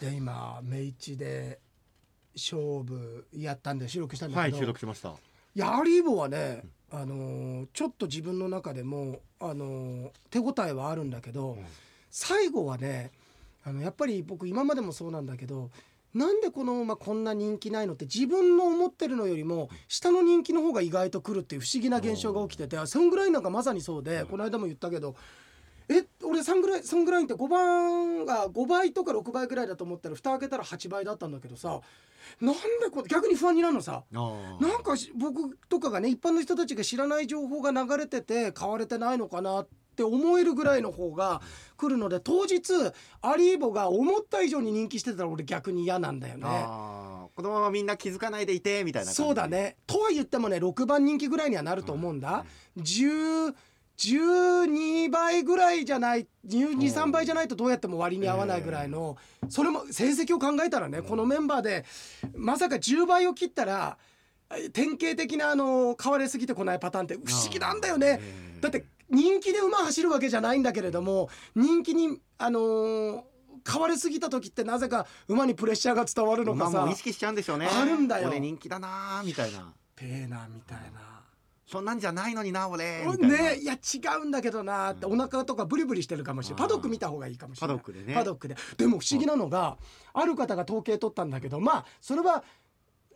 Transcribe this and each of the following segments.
で今明治で勝負やったんで収録したんだはけいど、収録しましたいやアリーボはね、あのーちょっと自分の中でも、あのー手応えはあるんだけど、最後はねあのやっぱり僕今までもそうなんだけどなんでこの馬こんな人気ないのって自分の思ってるのよりも下の人気の方が意外と来るっていう不思議な現象が起きててそんぐらいなんかまさにそうで、この間も言ったけどえ俺サングラインサングラインって5番が5倍とか6倍ぐらいだと思ったら蓋開けたら8倍だったんだけどさなんでこ逆に不安になるのさ。あーなんかし僕とかがね一般の人たちが知らない情報が流れてて買われてないのかなって思えるぐらいの方が来るので当日アリーボが思った以上に人気してたら俺逆に嫌なんだよね。あーこのままみんな気づかないでいてみたいな感じそうだねとは言ってもね6番人気ぐらいにはなると思うんだ。10 12倍ぐらいじゃない123倍じゃないとどうやっても割に合わないぐらいの、それも成績を考えたらね、このメンバーでまさか10倍を切ったらえ典型的なあの買われすぎてこないパターンって不思議なんだよね。だって人気で馬走るわけじゃないんだけれども人気にあのー買われすぎた時ってなぜか馬にプレッシャーが伝わるのかまあさ、もう意識しちゃうんでしょうねあるんだよ俺人気だなーみたいなペーナーみたいな。そんなんじゃないのにな俺みたいなね、いや違うんだけどなーって、お腹とかブリブリしてるかもしれないあーパドック見た方がいいかもしれないパドックでねパドックででも不思議なのがある方が統計取ったんだけどまあそれは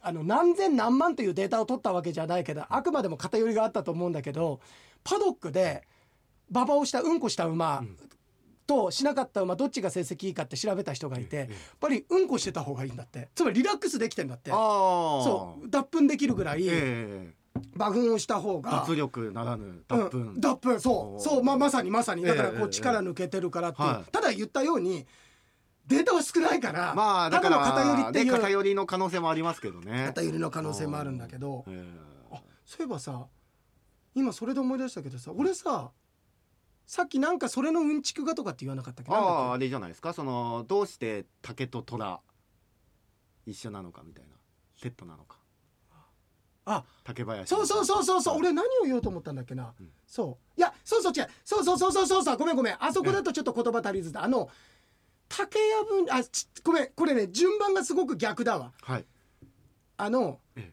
あの何千何万というデータを取ったわけじゃないけどあくまでも偏りがあったと思うんだけどパドックで馬場をしたうんこした馬としなかった馬どっちが成績いいかって調べた人がいてやっぱりうんこしてた方がいいんだってつまりリラックスできてんだってああそう脱粉できるぐらいええ馬群をした方が脱力ならぬ脱粉、うん、脱粉そおーうそうままさにまさにだからええこええう力抜けてるからっていう、はいただ言ったようにデータは少ないから,、まあだからただの偏りってねいう偏りの可能性もありますけどね偏りの可能性もあるんだけどええあそういえばさ今それで思い出したけどさ俺ささっきなんかそれのうんちくがとかって言わなかったっけあどああれじゃないですかそのどうして竹と虎一緒なのかみたいなセットなのかあ竹林そうそうそうそうそう俺何を言おうと思ったんだっけな、そういやそうそう違うそうそうそうそうそうそうごめんごめんあそこだとちょっと言葉足りずだあの竹やぶんあちごめんこれね順番がすごく逆だわはいあのええ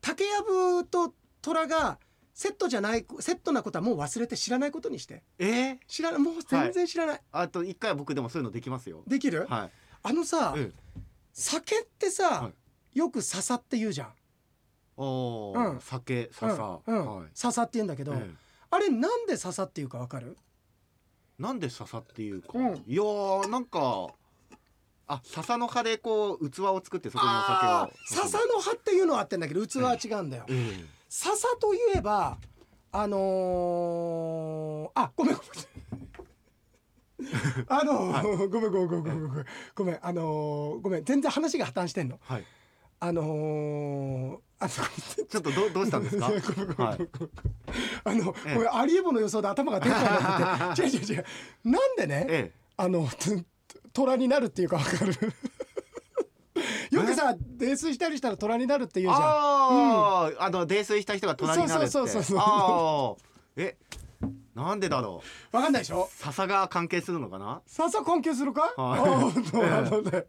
竹やぶと虎がセットじゃないセットなことはもう忘れて知らないことにしてええ知らないもう全然知らない、あと一回は僕でもそういうのできますよできる、はいあのさ、ええ酒ってさ、はよく笹って言うじゃんおお、うん酒笹、うんうんはい、笹って言うんだけど、えあれなんで笹っていうかわかるえなんで笹っていうか、うんいやーなんかあ笹の葉でこう器を作ってそこにお酒あをー笹の葉っていうのはあってんだけど器は違うんだよ、ええ笹といえばあのー、あごめんご めんあのーごめんごめんごめんごめんごめんごめんあのー、ごめん全然話が破綻してんのはいあのー、あちょっとどうどうしたんです かはいあの、ええごめんアリエボの予想で頭が出ちゃ うなって違う違う違うなんでねええあのつ虎になるっていうかわ かるよくさ泥酔したりしたら虎になるっていうじゃんああ、あの泥酔した人が隣になるって。そうそうそうそうああ、え、なんでだろう。わかんないでしょ笹が関係するのかな。ささ困窮するか、はいあ本当あのね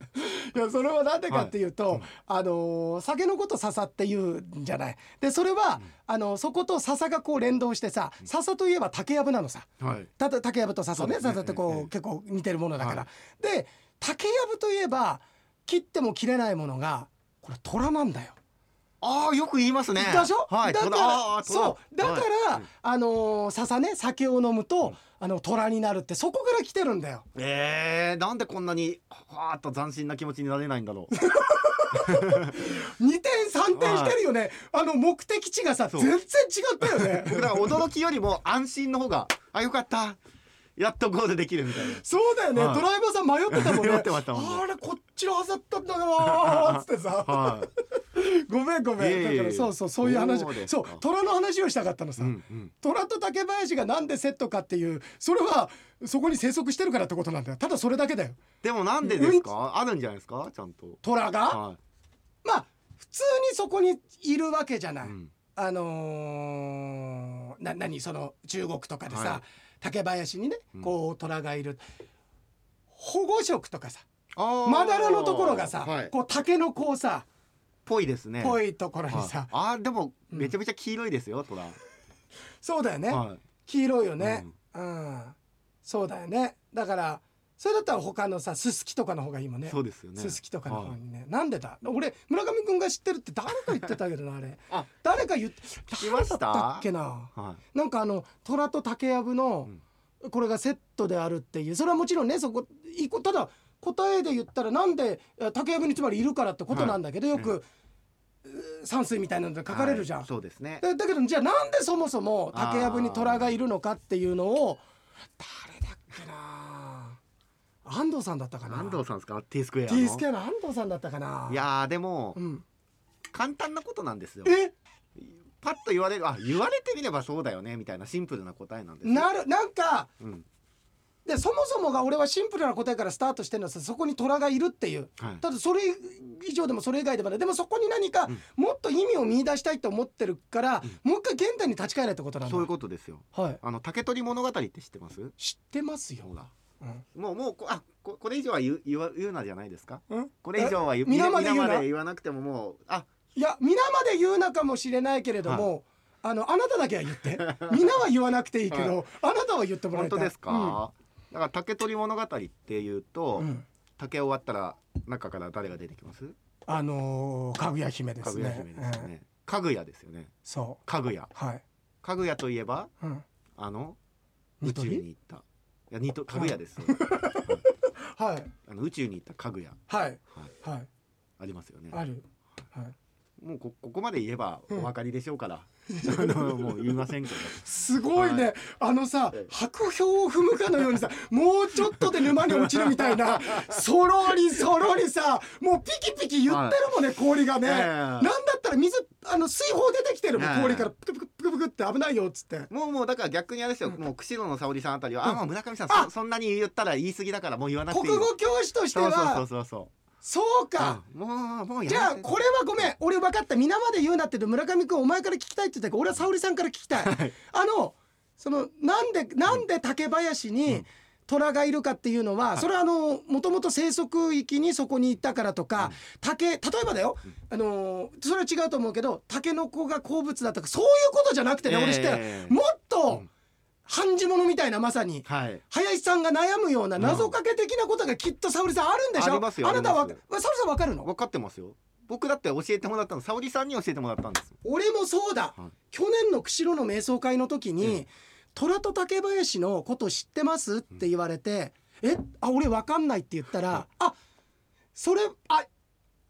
いやそれはなんでかっていうと、あのー酒のこと笹って言うんじゃないでそれは、あのそこと笹がこう連動してさ笹といえば竹やぶなのさはい。ただ竹やぶと笹ねそうですね笹ってえこえう結構似てるものだから、はで竹やぶといえば切っても切れないものがこれ虎なんだよ。ああ、よく言いますね。だしょ、はい。だか虎あらあそうだ虎から、はいあのー笹ね酒を飲むと、あの虎になるってそこから来てるんだよ。ええなんでこんなに、はーっと斬新な気持ちになれないんだろう。二点三点してるよね。あの目的地がさそう全然違ったよね。 僕ら驚きよりも安心の方が、あ、よかった。やっとゴールできるみたいな。そうだよね。はいドライバーさん迷ってたもんね。迷ってましたもんねあれこっちのはずだったんだなーっつってさ。 はい。ごめんごめん。いえいえいえだからそうそうそういう話そうで。すそうか虎の話をしたかったのさ。うんうん。虎と竹林がなんでセットかっていうそれはそこに生息してるからってことなんだよただそれだけだよでもなんでですか。あるんじゃないですか。ちゃんと。虎が、はまあ普通にそこにいるわけじゃない、い。うん。あのーな何その中国とかでさ、はい竹林にねうんこう虎がいる、保護色とかさあーまだらのところがさ、はいこう竹のこうさぽいですねぽいいところにさ、あーでもうんめちゃめちゃ黄色いですよトラそうだよね、はい黄色いよね、うんそうだよねだからそれだったら他のさすすきとかの方がいいもんねそうですよねすすきとかの方にね、なんでだ俺村上くんが知ってるって誰か言ってたけどなあれあ誰か言ってきました誰だったっけなはいなんかあの虎と竹やぶのこれがセットであるっていうそれはもちろんねそこ一個ただ答えで言ったらなんでえ竹やぶにつまりいるからってことなんだけど、よく、う山水みたいなので書かれるじゃん。はいそうですねだだけどじゃあなんでそもそも竹やぶに虎がいるのかっていうのを誰だっけな安藤さんだったかな安藤さんですか T スクエアの T スケアの安藤さんだったかないやーでもうん、簡単なことなんですよえパッと言われるあ言われてみればそうだよねみたいなシンプルな答えなんですよなるなんかうんでそもそもが俺はシンプルな答えからスタートしてるのはさそこに虎がいるっていうはいただそれ以上でもそれ以外でもないでもそこに何かもっと意味を見出したいと思ってるから、もう一回現代に立ち返れってことなんだそういうことですよはいあの竹取物語って知ってます知ってますよほらうんもうもうこあここれ以上は言う言わ言うなじゃないですかうんこれ以上は言うえ皆まで言うな皆まで言わなくてももうあいや皆まで言うなかもしれないけれども、あのあなただけは言 って皆は言わなくていいけど、あなたは言ってもらい本たい当ですか、だから竹取物語っていうと、うん、うん竹終わったら中から誰が出てきますあのー、かぐや姫でかすぐねや姫ですようんねかぐやですよねそかぐやうはい、かぐやといえばうん、あの宇ニ宙トにリ行ったいやニトかぐやですよ、はいあの宇宙に行ったかぐやはいはいはいありますよねある、はい、もうこここまで言えばうんお分かりでしょう から、あのもう言いませんけどすごいね、はあのさええ白氷を踏むかのようにさもうちょっとで沼に落ちるみたい なそろりそろりさもうピキピキ言ってるもんね、氷がね、ええなんだったら水あの水泡出てきてるもん、ええ氷からプクプクプクプクって危ないよっつってもうもうだから逆にあれですよ、もう釧路の沙織さんあたりは、うんあもう村上さんあそそんなに言ったら言い過ぎだからもう言わなくてい国いよ語教師としてそうそうそはうそうそうそうかうんもうもうやめてじゃあこれはごめん俺分かった皆まで言うなって言う村上君お前から聞きたいって言ったけど俺は沙織さんから聞きたいはいあのそのなんでなんで竹林うにん虎がいるかっていうのは、いそれはあのもともと生息域にそこに行ったからとか、うん竹例えばだよ、うんあのーそれは違うと思うけどタケノコが好物だとかそういうことじゃなくてね、俺知ってるええもっとうん半地物みたいなまさにはい林さんが悩むような謎かけ的なことがきっと沙織さんあるんでしょありますよあなたはあ沙り織さんわかるの分かってますよ僕だって教えてもらったの沙織さんに教えてもらったんです俺もそうだ、はい去年の釧路の瞑想会の時に、うん虎と竹林のこと知ってますって言われて、えあ俺わかんないって言ったら、あそれあ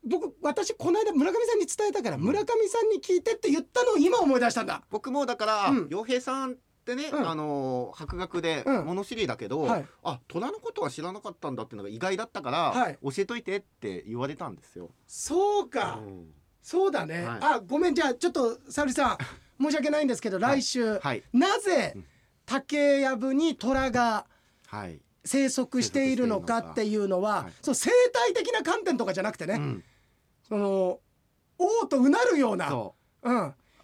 僕私この間村上さんに伝えたから、うん村上さんに聞いてって言ったのを今思い出したんだ僕もだからうん洋、平さんってね、うんあのー博学でうん物知りだけど、はいあ虎のことは知らなかったんだっていうのが意外だったから、はい教えといてって言われたんですよ。そうか、うんそうだね、はいあごめんじゃあちょっと沙織さん申し訳ないんですけど来週、はいなぜうん竹やぶに虎がはい、生息しているのかっていうのは、はいその生態的な観点とかじゃなくてね、うんそのおうとうなるような、そうん、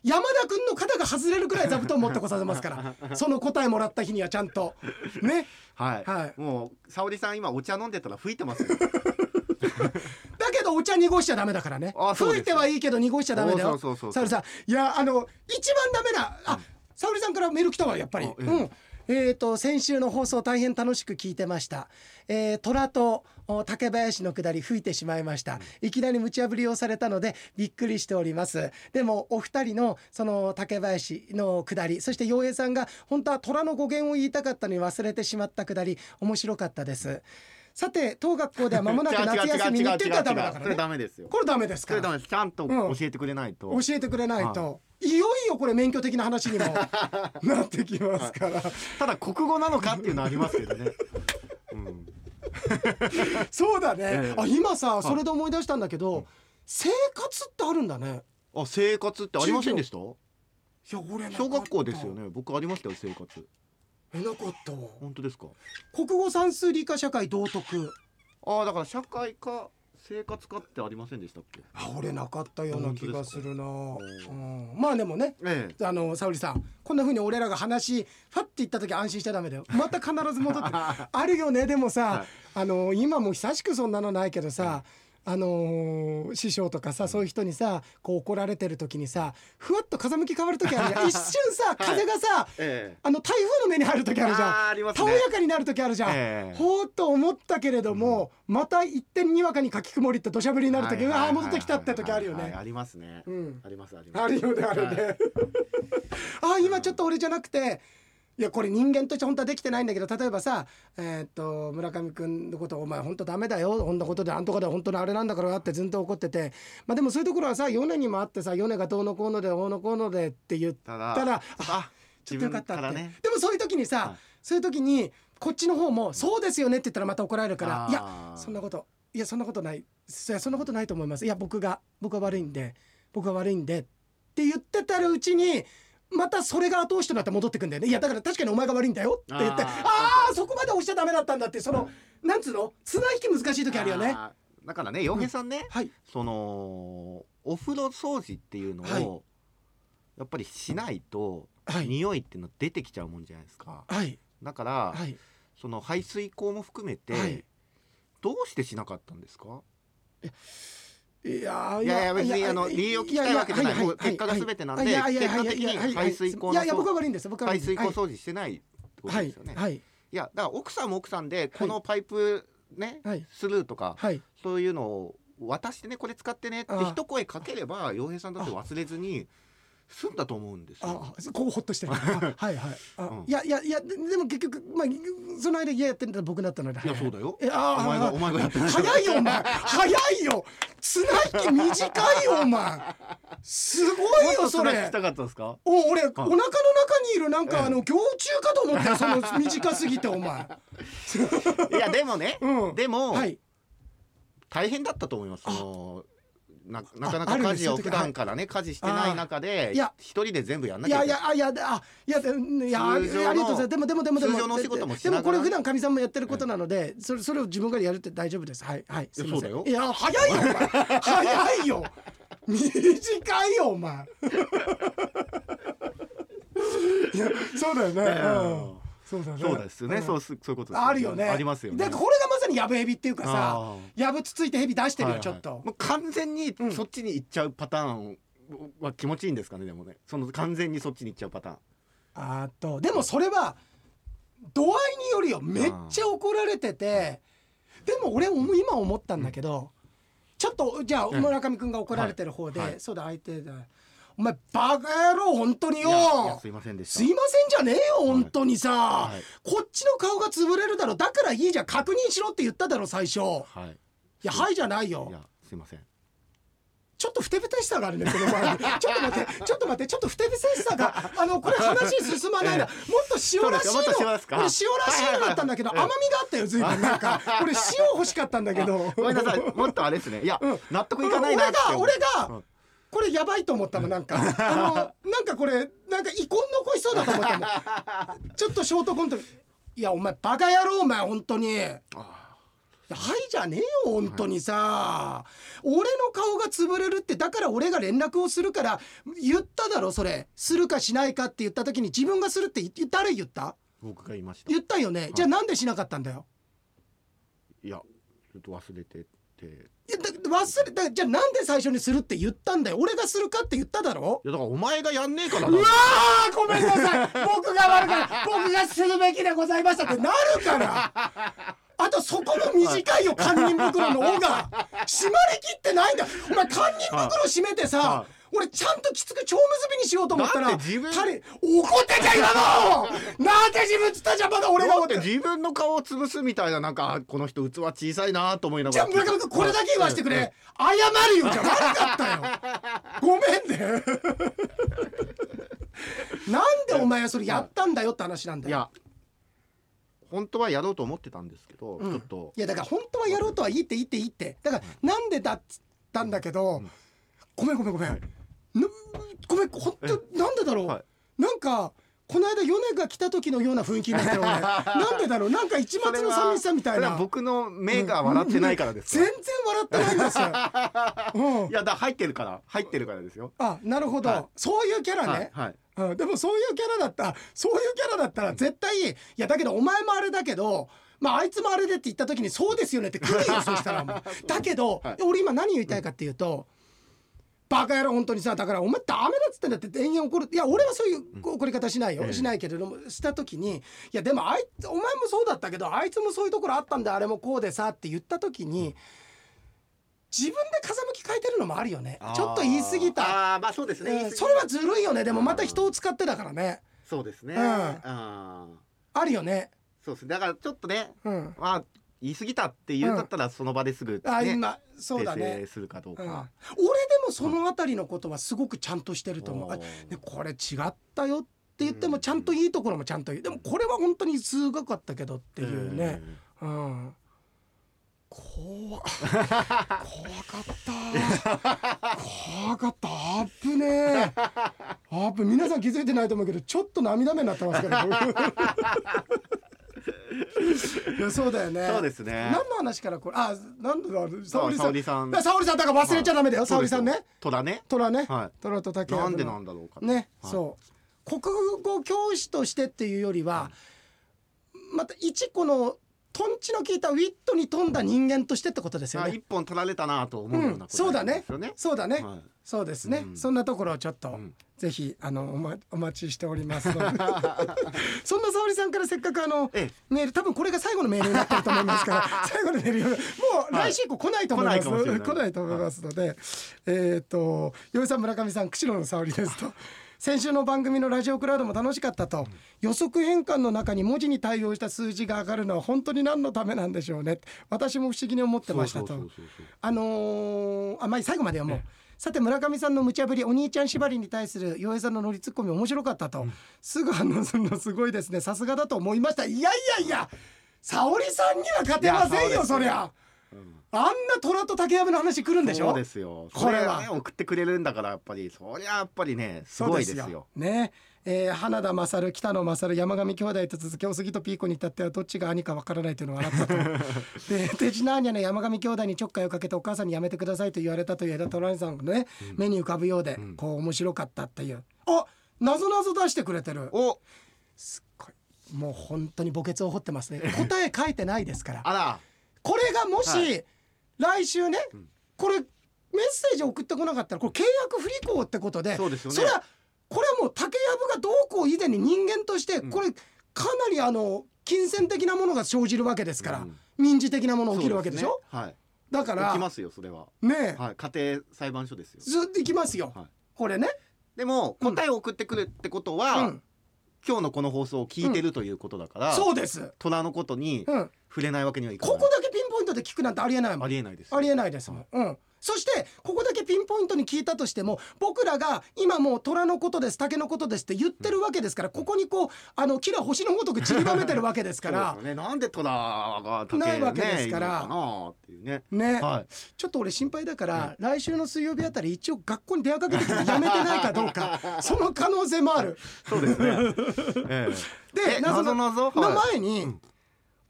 山田君の肩が外れるくらい座布団持ってこさせますから その答えもらった日にはちゃんとねうはい、はいもう沙織さん今お茶飲んでたら吹い てますよ。だけどお茶濁しちゃダメだからねあそうです吹いてはいいけど濁しちゃダメだよそうそうそう沙そう織さんいやあの一番ダメなあ沙織さんからメール来たわやっぱりあええうんえー、と先週の放送大変楽しく聞いてました、えー、虎とお竹林の下り吹いてしまいました、いきなり無茶ぶりをされたのでびっくりしておりますでもお二人のその竹林の下りそして洋平さんが本当は虎の語源を言いたかったのに忘れてしまった下り面白かったですさて当学校では間もなく夏休みに行ってたらダメだからそ れねダメですよ。これダメですそかれらダメですちゃんとう教んえてくれないと。教えてくれないと、い、よいよこれ免許的な話 にもなってきますから、ただ国語なのかっていうのありますけどね。うん、そうだね、ええあ今さそれで思い出したんだけど、生活ってあるんだねあ生活ってありませんでした？いや俺なかった小学校ですよね。僕ありましたよ生活。えなかったわ本当ですか？国語算数理科社会道徳ああだから社会科生活科ってありませんでしたっけあ俺なかったような気がするな本当ですかうおん、まあでもねええあの沙織さんこんな風に俺らが話ファッて言った時安心しちゃダメだ よまた必ず戻ってあるよねでもさ、はいあの今も久しくそんなのないけどさ、あのー師匠とかさそういう人にさこう怒られてる時にさふわっと風向き変わる時あるじ ゃん一瞬さ風がさ、えあの台風の目に入る時あるじあーゃあんりますたおねやかになる時あるじゃん、ええほーっと思ったけれども、また一点にわかにかき曇りって土砂降りえになる時、はいうわはあい戻ってきたって時あるよはいはいねありますねうんありますありますあるよねあるね、はいあー今ちょっと俺じゃなくていやこれ人間として本当はできてないんだけど例えばさ、えーっと村上君のことお前本当ダメだよこんなことであんとかで本当にあれなんだからってずっと怒っててまあでもそういうところはさ米にもあってさ米がどうのこうのでどうのこうのでって言ったたらだああちょっとよかったって、自分からねでもそういう時にさ、はいそういう時にこっちの方も「そうですよね」って言ったらまた怒られるから「あーいやそんなこといやそんなことないそそんなことないと思いますいや僕が僕は悪いんで僕は悪いんで」って言ってたらうちにまたそれが後押しとなって戻ってくんだよね「いやだから確かにお前が悪いんだよ」って言って「あーああーそこまで押しちゃダメだったんだ」ってそのなんつうの綱引き難しい時あるよね。あーだからね洋平さんね、はいそのお風呂掃除っていうのを、はいやっぱりしないと、はい匂いっていうの出てきちゃうもんじゃないですかはいだから、はいその排水口も含めて、はいどうしてしなかったんですかいやーいやいや別にあのいや理由を聞きたいわけじゃないややもう結果が全てなんでいやいやいや結果的にいやいやいや排水口のいやいや僕は悪いんです僕は悪いん排です水口掃除してないってことはでいすよね、いはいやだから奥さんも奥さんでこのパイプね、はいスルーとか、はいそういうのを渡してねこれ使ってねってあー一声かければ洋平さんだって忘れずに済んだと思うんですよあ。あこうほっと してるあはいはいあ、うんいやいやいやででも結局まあその間家やってるのは僕だったのでいやそうだよ。えあお前あがお前がやってない。早いよお前早いよ綱引き短いよお前すごいよそもっと辛くれしたかったですか。お俺お腹の中にいるなんかええあの行虫かと思ったよその短すぎてお前いやでもね、うんでも、はい大変だったと思います。そのななかなああかるんで家す事をそういう時普段からね家事してない中あでーいや一人で全部やんないきやゃいいけなやい。あいやあいやでうんいやああり通常のがとうございますでもでもでもでも通常のお仕事もしでながもこられ普段かみさんもやってることなのでそれそれを自分からやるって大丈夫ですはいはいすいませんそうだよいや早いよお前早いよ短いよお前いやそうだよね、ええうん、そうだねそうですよね。んそうすそういうことですよね。あるよねありますよね。でこれがまさにやぶヘビっていうかさあやぶつついてヘビ出してるよ、はいちょはいっと、もう完全にうんそっちに行っちゃうパターンは気持ちいいんですかねでもね。その完全にそっちに行っちゃうパターン。あとでもそれは度合いによるよめっちゃ怒られててでも俺思今思ったんだけどちょっとじゃあうん村上君が怒られてる方で、はいはいそうだ相手だお前バカ野郎本当によいやいやすいませんでした。すいませんじゃねえよ本当にさ、いこっちの顔が潰れるだろだからいいじゃん確認しろって言っただろ最初いはい。やはいじゃないよいやすいません。ちょっとふてぶてしさがあるね、この 前に。ちょっと待って、ちょっと待って、ちょっとふてぶてしさが、あの、これ話進まないな。もっと塩らしいの。そこうれ塩ですよもらっしとい塩ですかのだったんだけど、は甘いみはいがあったよ、ずいぶん。なんか、俺塩欲しかったんだけど。ごめんなさい。 もっとあれですね。いや、うん納得い俺かないなってが、思う俺が、うんこれやばいと思ったの、なんか。あの、なんかこれ、なんか遺恨残しそうだと思ったの。ちょっとショートコント。いや、お前、バカ野郎、お前、本当に。あはいじゃねえよ本当にさ、俺の顔が潰れるってだから俺が連絡をするから言っただろそれするかしないかって言った時に自分がするって言誰言った僕が言いました。言ったよね、じゃあなんでしなかったんだよいやちょっと忘れてて。いいやだ忘れだじゃあなんで最初にするって言ったんだよ俺がするかって言っただろやだからお前がやんねえからうだわーごめんなさい僕が悪かった僕がするべきでございましたってなるからあとそこも短いよ堪忍袋の尾が締まりきってないんだお前堪忍袋締めてさは俺ちゃんときつく蝶結びにしようと思ったらだって自分彼怒ってんじゃん今のなんで自分つったじゃんまだ俺がだ怒っっててる自分の顔を潰すみたいななんかあこの人器小さいなと思いながじゃらあ村上君これだけ言わしてくれ謝るよじゃあ悪かったよごめんね なんでお前はそれやったんだよって話なんだいよや本当はやろうと思ってたんですけど、うんちょっといやだから本当はやろうとはいいっていいっていいってだからなんでだっつったんだけど、ごめんごめんごめん、はいなごめん本当なんでだろう、はいなんかこの間米が来た時のような雰囲気になったよね なんでだろうなんか一抹の寂しさみたいそれなは僕の目が笑ってないからです全か、然笑ってないん ですよ、うんい、やだ入ってるから入ってるからですよあなるほど、はいそういうキャラね、はい、はい、うん、でもそういうキャラだったそういうキャラだったら絶対いやだけどお前もあれだけどまああいつもあれでって言った時にそうですよねって来るよそしたら もうだけど、はい俺今何言いたいかっていうと、バカ野郎本当にさだからお前ダメだっつってんだって延々怒るいや俺はそういう怒り方しないよ、ええしないけれどもした時にいやでもあいつお前もそうだったけどあいつもそういうところあったんだあれもこうでさって言った時に自分で風向き変えてるのもあるよねちょっと言い過ぎたあーあーまあそうですね、言い過ぎたそれはずるいよねでもまた人を使ってだからねそうですね、うんあーあるよねそうですねだからちょっとねうんまあ言い過ぎたって言うんだったらその場ですぐ、ねあ今そうだ訂ね正するかどううん、俺か、でもそのあたりのことはすごくちゃんとしてると思う、おあーね、これ違ったよって言ってうもんちゃんといいところもちゃんと言うでもこれは本当にすごかったけどっていうねうん、怖っ怖かった怖かったあっぶねえあっぶ皆さん気づいてないと思うけどちょっと涙目になってますから僕いやそうだよねそうですね何の話からこれあなんだろう沙さ織あ沙さん織さんだ沙織さんだから忘れちゃダメだよ、はい沙織さんそうねですよ戸田ね虎ね、 は虎とい竹なんでのなんだろうかね、はいそう国語教師としてっていうよりは、また一個のとんちの効いたウィットに富んだ人間としてってことですよあね一本取られたなと思うようなことですよね、うんそうだね、はいそうですね、うんそんなところをちょっと、んぜひあのお,、ま、お待ちしております のでそんな沙織さんからせっかくあのええメール多分これが最後のメールになってると思いますから 最後のメールよりもうはい来週以降来ないと思います、来ないかもしれない来ないと思いますので、えっ、と与井さん村上さん釧路の沙織ですと。先週の番組のラジオクラウドも楽しかったと、予測変換の中に文字に対応した数字が上がるのは本当に何のためなんでしょうね私も不思議に思ってましたとそうそうそうそうあのーあまあ最後まで読もう。さて村上さんの無茶ぶりお兄ちゃん縛りに対する洋平さんの乗りツッコミ面白かったと、すぐ反応するのすごいですねさすがだと思いましたいやいやいや沙織さんには勝てませんいやよそそうですりよゃ、あんな虎と竹やぶの話来るんでしょそうですよこれはそね送ってくれるんだからやっぱりそりゃやっぱりねすごいですよね、えー花田勝北野勝山上兄弟と続きお杉とピーコに至ってはどっちが兄かわからないというのを笑 ったとで手品兄の山上兄弟にちょっかいをかけてお母さんにやめてくださいと言われたという枝虎兄さんがね、目に浮かぶようで、こう面白かったっていうあ謎謎出してくれてるおすっごいもう本当に墓穴を掘って ますね答え書いてないですからあらこれがもし、は来週ね、これメッセージ送ってこなかったらこれ契約不履行ってことでそうですよねれはこれはもう竹やぶがどうこう以前に人間としてこれかなりあの金銭的なものが生じるわけですから、うん民事的なもの起きるわけでしょそうすねはいだから起きねますよそれは、え、はい、家庭裁判所ですよ、ずっといきますよ、はい、これね、でも答えを送ってくるってことは、うん、今日のこの放送を聞いてるということだから、そうです、虎のことにうん、触れないわけにはいかなこいこだけピンポイントで聞くなんてありえないもんありえないですありえないですもん。うん。そしてここだけピンポイントに聞いたとしても僕らが今もう虎のことです竹のことですって言ってるわけですからここにこうあのキラ星のごとく散りばめてるわけですからそうですよね、なんで虎が竹ないわけですからねいるのかなっていうねね、はいちょっと俺心配だから来週の水曜日あたり一応学校に電話かけてきてやめてないかどう かその可能性もある。そうですね、 ええでえ謎謎のの謎はい前に、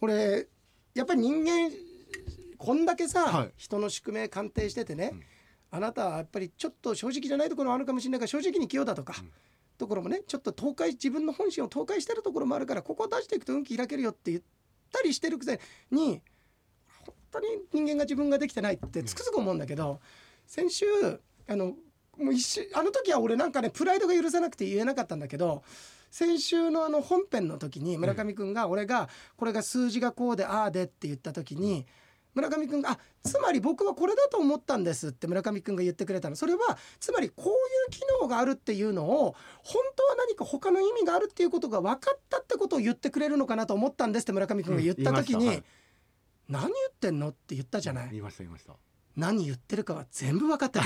俺やっぱり人間こんだけさ、はい人の宿命鑑定しててね、あなたはやっぱりちょっと正直じゃないところもあるかもしれないから正直に器用だとか、ところもねちょっと倒壊自分の本心を倒壊してるところもあるからここを出していくと運気開けるよって言ったりしてるくせに本当に人間が自分ができてないってつくづく思うんだけど、先週あのもう一瞬あの時は俺なんかねプライドが許さなくて言えなかったんだけど先週のあの本編の時に村上君が俺がこれが数字がこうでああでって言った時に村上君が「あつまり僕はこれだと思ったんです」って村上君が言ってくれたのそれはつまりこういう機能があるっていうのを本当は何か他の意味があるっていうことが分かったってことを言ってくれるのかなと思ったんですって村上君が言った時に「うん言いました何言ってんの?」って言ったじゃない言。いました言いました何言ってるかは全部分かって た。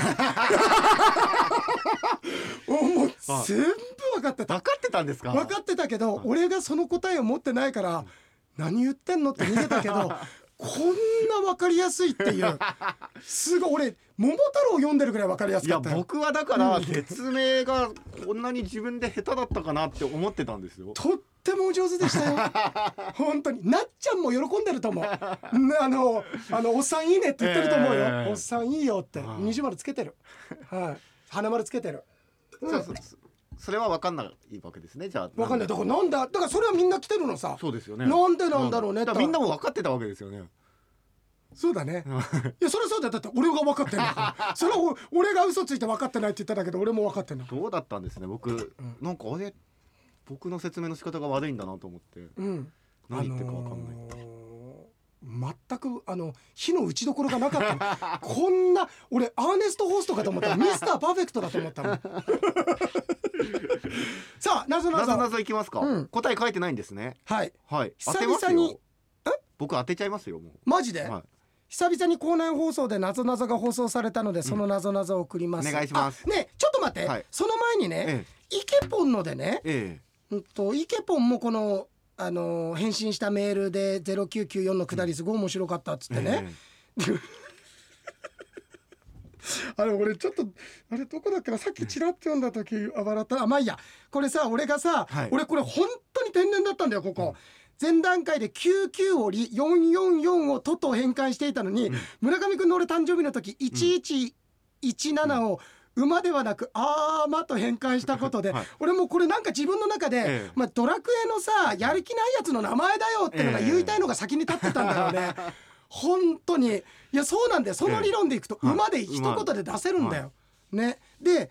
もう全部分かってた。分かってたんですか分かってたけどい 俺がその答えを持ってないから何言ってんのって逃げたけどこんなわかりやすいっていうすごい俺桃太郎読んでるぐらいわかりやすいかやったよ僕はだから説明がこんなに自分で下手だったかなって思ってたんですよ。とってもお上手でした よ本当になっちゃんも喜んでると思うんあのあのおっさんいいねって言ってると思うよ、ええおっさんいいよってはい二重丸つけてるはい花丸つけてるうんそうそうそうそれは分かんないわけですねじゃあ。わかんないだでからなんだだからそれはみんな来てるのさそうですよね。なんでなんだろうねとだからみんなも分かってたわけですよね。そうだねいやそれそうだよだって俺が分かってんだから それはお俺が嘘ついて分かってないって言っただけど俺も分かってんだからどうだったんですね僕うんなんかあれ僕の説明の仕方が悪いんだなと思ってうん何言ってるか分かんない。あのー全くあの火の打ちどころがなかったの こんな俺アーネスト・ホーストかと思ったミスター・パーフェクトだと思ったも んさあなぞななぞなぞぞいきますか、うん答え書いてないんですねはいはい当久て々にますよ僕当てちゃいますよもマジで、う、はい、久々に校内放送でなぞなぞが放送されたのでそのなぞなぞを送ります、お願いしますあねえちょっと待って、はいその前にねえイケポンのでねええうんとイケポンもこのあのー返信したメールで0994のくだりすごい面白かったっつってえね、えあれ俺ちょっとあれどこだっけなさっきちらっと読んだ時あ笑ったあまあいいやこれさ俺がさ、はい俺これ本当に天然だったんだよここ、前段階で99折り444をとと変換していたのに、村上君の俺誕生日の時1117を馬ではなく「あーま」と変換したことで、はい俺もうこれなんか自分の中で、ええまあ、ドラクエのさやる気ないやつの名前だよってのがええ言いたいのが先に立ってたんだよ ね。本当にいやそうなんだよその理論でいくとええ馬で一言で出せるんだよ。ね、で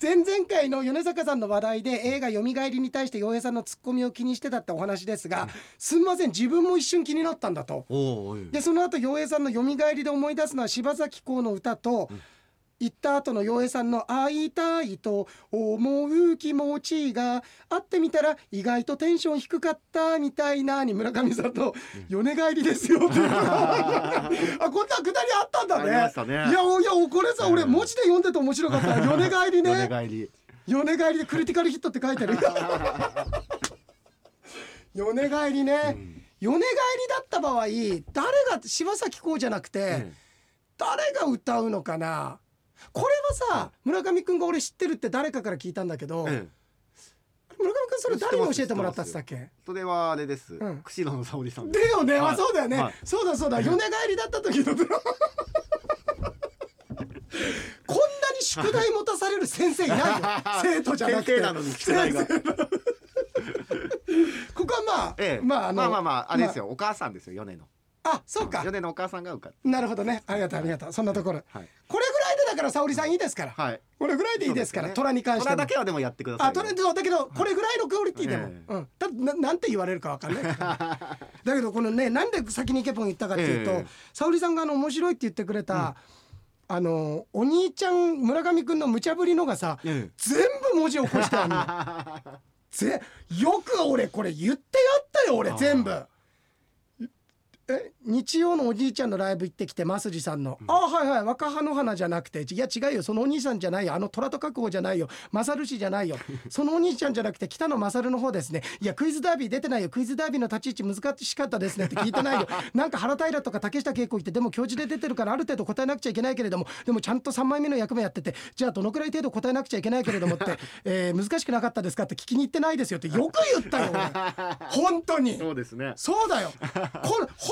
前々回の米坂さんの話題で映画「よみがえり」に対して洋平さんのツッコミを気にしてたってお話ですが、すみません自分も一瞬気になったんだと。おおええでその後洋平さんの「よみがえり」で思い出すのは柴咲コウの歌と、行った後の洋平さんの「会いたいと思う気持ちが会ってみたら意外とテンション低かった」みたいなに村上さんと「よねがえりですよ」 っていうあこんなくだりあったんだね。ありましたねいやおいやこれさ俺文字で読んでて面白か った「よねがえりね」お願いに米帰りでクリティカルヒットって書い てる米帰りね、米帰りだった場合誰が柴咲コウじゃなくて、え誰が歌うのかなこれはさ村上くんが俺知ってるって誰かから聞いたんだけど、えええ村上くんそれ誰に教えてもらったっつったっけそれはあれです、うん釧路の沙織さんだよね、はいあそうだよね、はいそうだそうだ米帰りだった時のこん なに宿題持たされる先生い ないよ生徒じゃなくて先生な のに宿題が先生のここはまあ、ええまあまあのまあまああれですよ、お母さんですよ米のまああそうか米のお母さんが受かっなるほどねありがとうありがとうそんなところ、はいこれぐらいでだから沙織さんいいですから、はいこれぐらいでいいですからそう虎、に関して虎もだけはでもやってくださいあよとりあえずだけどこれぐらいのクオリティでも、ええうん、ただななんて言われるかわか んないからだけどこのねなんで先にイケポン言ったかっていうと、ええ沙織さんがあの面白いって言ってくれた、あのお兄ちゃん村上くんの無茶ぶりのがさ、ええ全部文字起こしてあんの ぜよく俺これ言ってやったよ俺全部え日曜のおじいちゃんのライブ行ってきて増地さんの「ああはいはい若葉の花じゃなくていや違うよそのお兄さんじゃないよあの虎と覚悟じゃないよ勝氏じゃないよそのお兄ちゃんじゃなくて北野勝の方ですねいやクイズダービー出てないよクイズダービーの立ち位置難しかったですね」って聞いてないよなんか原平とか竹下恵子行ってでも教授で出てるからある程度答えなくちゃいけないけれどもでもちゃんと3枚目の役目やっててじゃあどのくらい程度答えなくちゃいけないけれどもって、えー難しくなかったですかって聞きに行ってないですよってよく言ったよ 俺本当に。そうですねそうだよこれ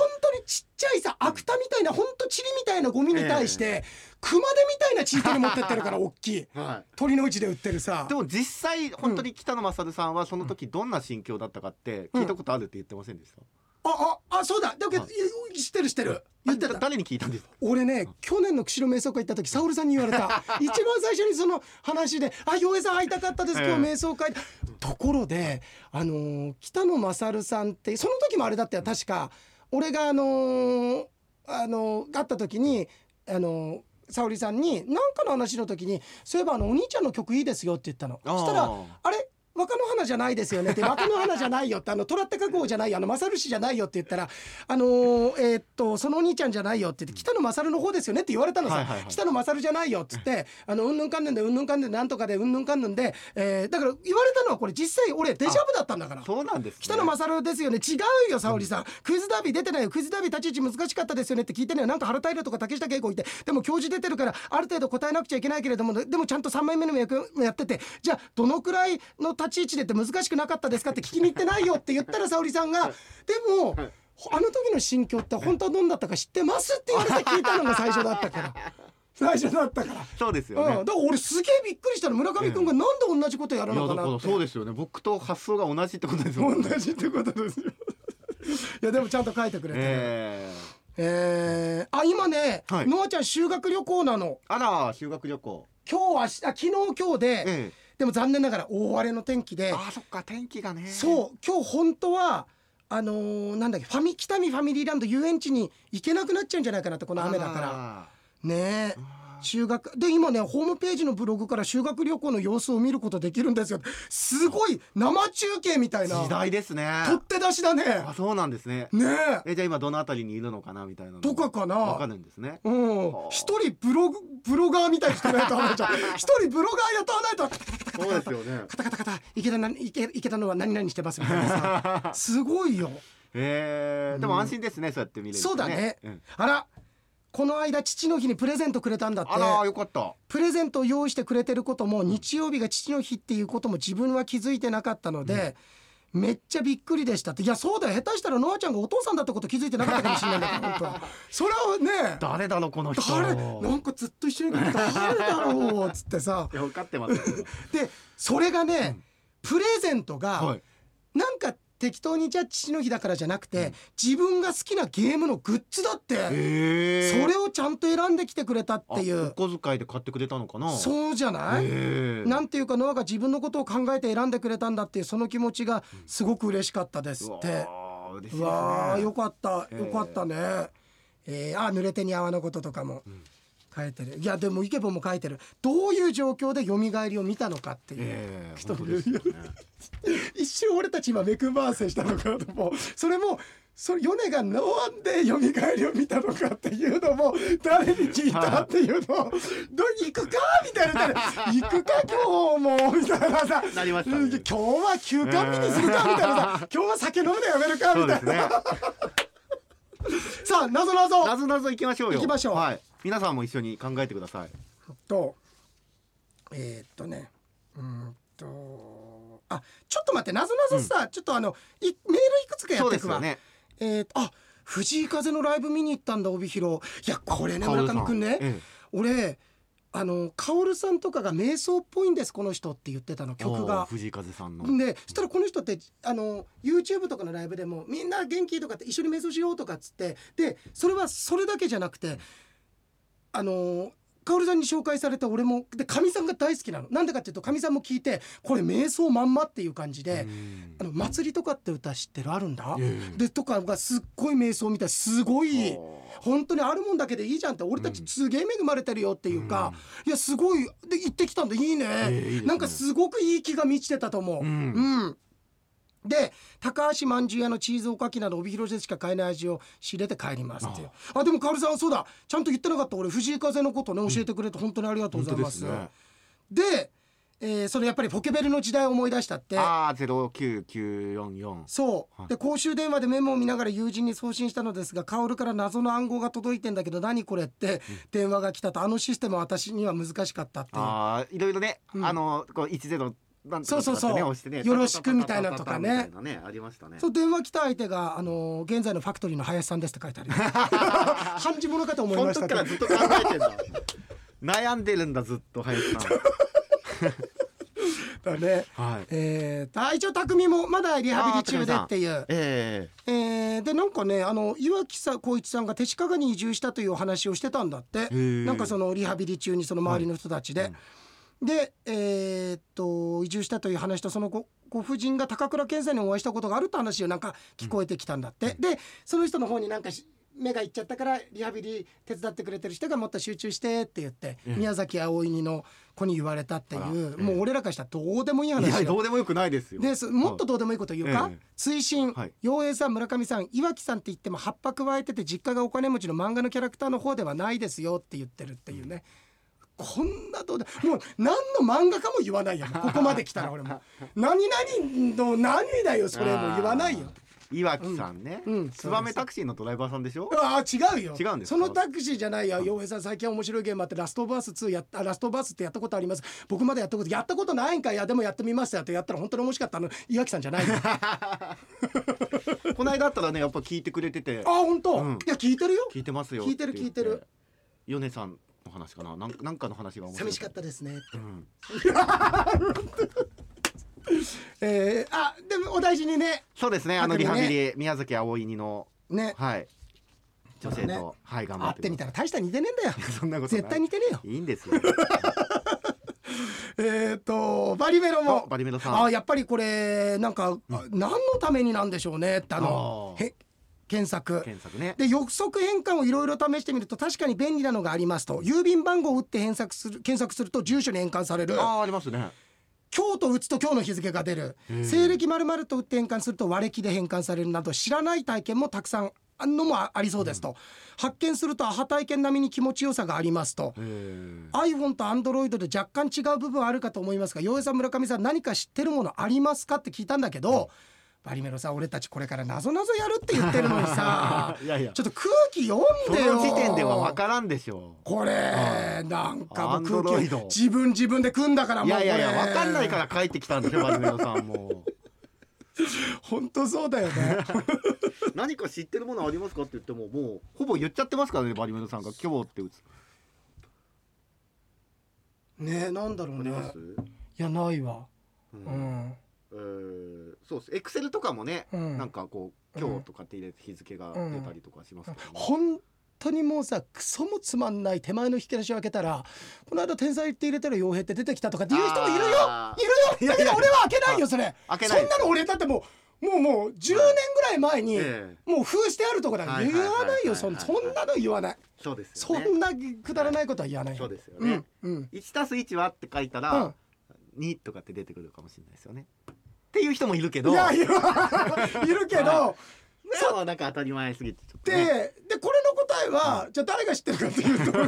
本当にちっちゃいさアクタみたいな本当チリみたいなゴミに対して、熊手みたいなチートに持ってってるから大きいはい鳥の市で売ってるさでも実際本当に北野勝さんはその時どんな心境だったかって聞いたことあるって言ってませんでした、あああそうだだけどはゆ知ってる知ってる言ってあだた誰に聞いたんですか俺ね去年の釧路瞑想会行った時沙織さんに言われた一番最初にその話で「あ洋平さん会いたかったです今日え瞑想会」ところであのー北野勝さんってその時もあれだったよ確か俺があのーあのー会った時にあのー沙織さんに何かの話の時に「そういえばあのお兄ちゃんの曲いいですよ」って言ったのあーそしたら「あれ若の花じゃないですよね」って「若の花じゃないよ」って「あの虎高号じゃないよあの勝氏じゃないよ」って言ったら「あのーえーっとそのお兄ちゃんじゃないよ」って言って「北野勝の方ですよね」って言われたのさ「はいはいはい北野勝じゃないよ」っつって「あのうんぬんかんぬんでうんぬんかんぬんでなんとかでうんぬんかんぬんで、えーだから言われたのはこれ実際俺デジャブだったんだから。そうなんです、ね。北野勝ですよね違うよ沙織さん、クイズダービー出てないよクイズダービー立ち位置難しかったですよねって聞いてねなんか原平とか竹下恵子いてでも教授出てるからある程度答えなくちゃいけないけれどもでもちゃんと3枚目の役もやっててじゃあどのくらいの立ち位置でって難しくなかったですかって聞きに行ってないよって言ったら沙織さんがでもはいあの時の心境って本当はどんだったか知ってますって言われて聞いたのが最初だった から最初だったから。そうですよね。うん、だから俺すげえびっくりしたの村上君がなんで同じことやらいなやかだなっからてそうですよね僕と発想が同じってことですもんね同じってことですよ いやでもちゃんと書いてくれてるええーあ今ね、はいノアちゃん修学旅行なのー、あら修学旅行今日はあ昨日今日で、えでも残念ながら大荒れの天気えであーそっか天気がねそう今日本当はあのーなんだっけファミ北見ファミリーランド遊園地に行けなくなっちゃうんじゃないかなってこの雨だからねえら修学で今ねホームページのブログから修学旅行の様子を見ることできるんですよすごい生中継みたいな時代ですね取って出しだねあそうなんですねねええじゃあ今どのあたりにいるのかなみたいなのとかかなわかるんですねうんはあ、一人ブログブロガーみたいにしてないとダメ じゃん一人ブロガー雇わないとそうですよねカタカタカタ池田な池池田のは何々してますみたいなさ すごいよ えー、でも安心ですね、そうやって見れると、そうだねんあらこの間父の日にプレゼントくれたんだってあらよかったプレゼントを用意してくれてることも日曜日が父の日っていうことも自分は気づいてなかったので、めっちゃびっくりでしたっていやそうだよ下手したらノアちゃんがお父さんだってこと気づいてなかったかもしれないんだから本当はそれはね誰だろうこの人誰なんかずっと一緒にいるけど 誰だろうっつってさいや分かってますよ でもでそれがね、プレゼントがいなんか適当にじゃあ父の日だからじゃなくて、自分が好きなゲームのグッズだって、えー、それをちゃんと選んできてくれたっていあおう小遣いで買ってくれたのかなうそうじゃない、えー、なんていうかノアが自分のことを考えて選んでくれたんだっていうその気持ちがすごく嬉しかったですって。わあ嬉しいですうねわあよかったええよかったね、えーあー濡れ手に泡のこととかも書いてる、いやでもイケボも書いてるどういう状況で蘇りを見たのかっていう、ええ人本当ですよね一瞬俺たち今目くばあせしたのかともそれもそれ米がなんで蘇りを見たのかっていうのも誰に聞いたっていう のを「ど行くか?」みたいな「行くか今日も」みたいなさなりましたねうん今日は休館日にするか?」みたいな さ「今日は酒飲むのやめるか?」そみうたいですな、 ね。さあなぞなぞなぞなぞ行きましょうよ。行きましょうはい。皆さんも一緒に考えてください。とえーっとねうーんとあちょっと待ってなぞなぞさ、ちょっとあのいメールいくつかやそっうてでいすくわ、よね。えーっとあ藤井風のライブ見に行ったんだ帯広いやこれねカオ村ルさん上くんね、え俺あの薫さんとかが瞑想っぽいんですこの人って言ってたのえ曲おーが。藤井風さんの。でそしたらこの人ってあの YouTube とかのライブでもみんな元気とかって一緒に瞑想しようとかっつってでそれはそれだけじゃなくてあの薫さんに紹介された俺もでかみさんが大好きなのなんでかっていうとかみさんも聞いてこれ瞑想まんまっていう感じでうん「あの祭り」とかって歌知ってるあるんだええでとかがすっごい瞑想みたいすごいおー本当にあるもんだけでいいじゃんって俺たちすげえ恵まれてるよっていうか、いやすごいで行ってきたんだいいね、ええいいですねなんかすごくいい気が満ちてたと思う。ううんんで高橋まんじゅう屋のチーズおかきなど帯広でしか買えない味を仕入れて帰りますっていうあでもカオルさんそうだちゃんと言ってなかった俺藤井風のことね教えてくれて本当にありがとう本ござい当でますす、ね。でえーそれやっぱりポケベルの時代を思い出したってああゼロ九九四四。そう、はいで公衆電話でメモを見ながら友人に送信したのですが薫から謎の暗号が届いてんだけど何これって電話が来たとあのシステムは私には難しかったっていうああいろいろねうんあのこう一ゼロなんとそうかとそうそうかってね押してね。よろしくみたいなとかねタタタタタタタみたいなねありましたね。そう電話来た相手が、あのー現在のファクトリーの林さんですって書いてある よ半地物かと思いそまのした時けかどらずっと考えてんだ。悩んでるんだずっと林さだねん。はい。えー、あ一応匠もまだリハビリ中でっていうええ。えーでなんかねあの岩木さん光一さんが手近に移住したというお話をしてたんだってーなんかそのリハビリ中にその周りの人たちで、でえーっと移住したという話とそのごご婦人が高倉健さんにお会いしたことがあるって話をなんか聞こえてきたんだって、でその人の方になんかし目がいっちゃったからリハビリ手伝ってくれてる人がもっと集中してって言って、ええ宮崎葵にの子に言われたっていあらう、ええもう俺らからしたらどうでもいいいや話どようでもよくないですよで。すもっとどうでもいいこと言うか、ええ追伸、はい陽平さん村上さん岩木さんって言っても葉っぱ加えてて実家がお金持ちの漫画のキャラクターの方ではないですよって言ってるっていうね、こんなどうでもう何の漫画かも言わ ないよここまで来たら俺も何々の何だよそれも言わないよあーいわきさんね、うんうんツバメタクシーのドライバーさんでしょああ違うよ違うんですそかのタクシーじゃないよ洋平さん最近面白いゲームあってラストバース2やったラストバースってやったことあります僕まだやったことやったことないんかいやでもやってみましたよってやったら本当に面白かったあの岩木さんじゃない よあこないだったらねやっぱ聞いてくれてて本当、うんいや聞いてるよ聞いてますよ聞いてるって言っ聞いてるヨネさんの話かななんなんかの話が面白い寂しかったですねって、うん えー、あでもお大事にねそうですねあの中リにハはねビリ宮崎あおいにのねはい女性と、まだねはい頑張会っっててみたら大した似てねえんだよ そんなことない絶対似てねえよいいんで すよえっとバリベロもあバリメロさんあやっぱりこれなんか、あ何のためになんでしょうねってあのあーへ検索検索ねで予測変換をいろいろ試してみると確かに便利なのがありますと郵便番号を打って検索する検索すると住所に変換されるああありますね今日と打つと今日の日付が出るうん西暦まると打って変換すると和暦で変換されるなど知らない体験もたくさんあんのもあありそうですと、発見するとアハ体験並みに気持ちよさがありますとへー iPhone と Android で若干違う部分あるかと思いますが洋江さん村上さん何か知ってるものありますかって聞いたんだけど、バリメロさん俺たちこれからなぞなぞやるって言ってるのに さいやいやちょっと空気読んそでよの時点では分からんでしょこれなんかもう空気 Android 自分自分で組んだからういもうこやれいやいや分かんないから帰ってきたんで すよバリメロさんも本当そうだよ ね何か知ってるものありますかって言ってももうほぼ言っちゃってますからねバリメロさんが今日って打つねなんだろうあねります、いやないわううんんえーそうですエクセルとかもね、うんなんかこう今日とかって入れて日付が出たりとかしますけどね、本当にもうさクソもつまんない手前の引き出しを開けたらこの間天才って入れたら傭兵って出てきたとかっていう人もいるよあいるよだけど俺は開けないよそれ開けそないんなの俺だってもうもうもう10年ぐらい前にええもう封してあるとこだからはい言はいはいはいわないよそんそんなの言わないそうですそよねんなくだらないことは言わないそうよですようねん、うん1たす1はって書いたうらん、 2とかって出てくるかもしれないですよねっていう人もいるけどいやいやいるけどそうはなんか当たり前すぎてちょっと、でね、でこれの答えはじゃあ誰が知ってるかっていうと い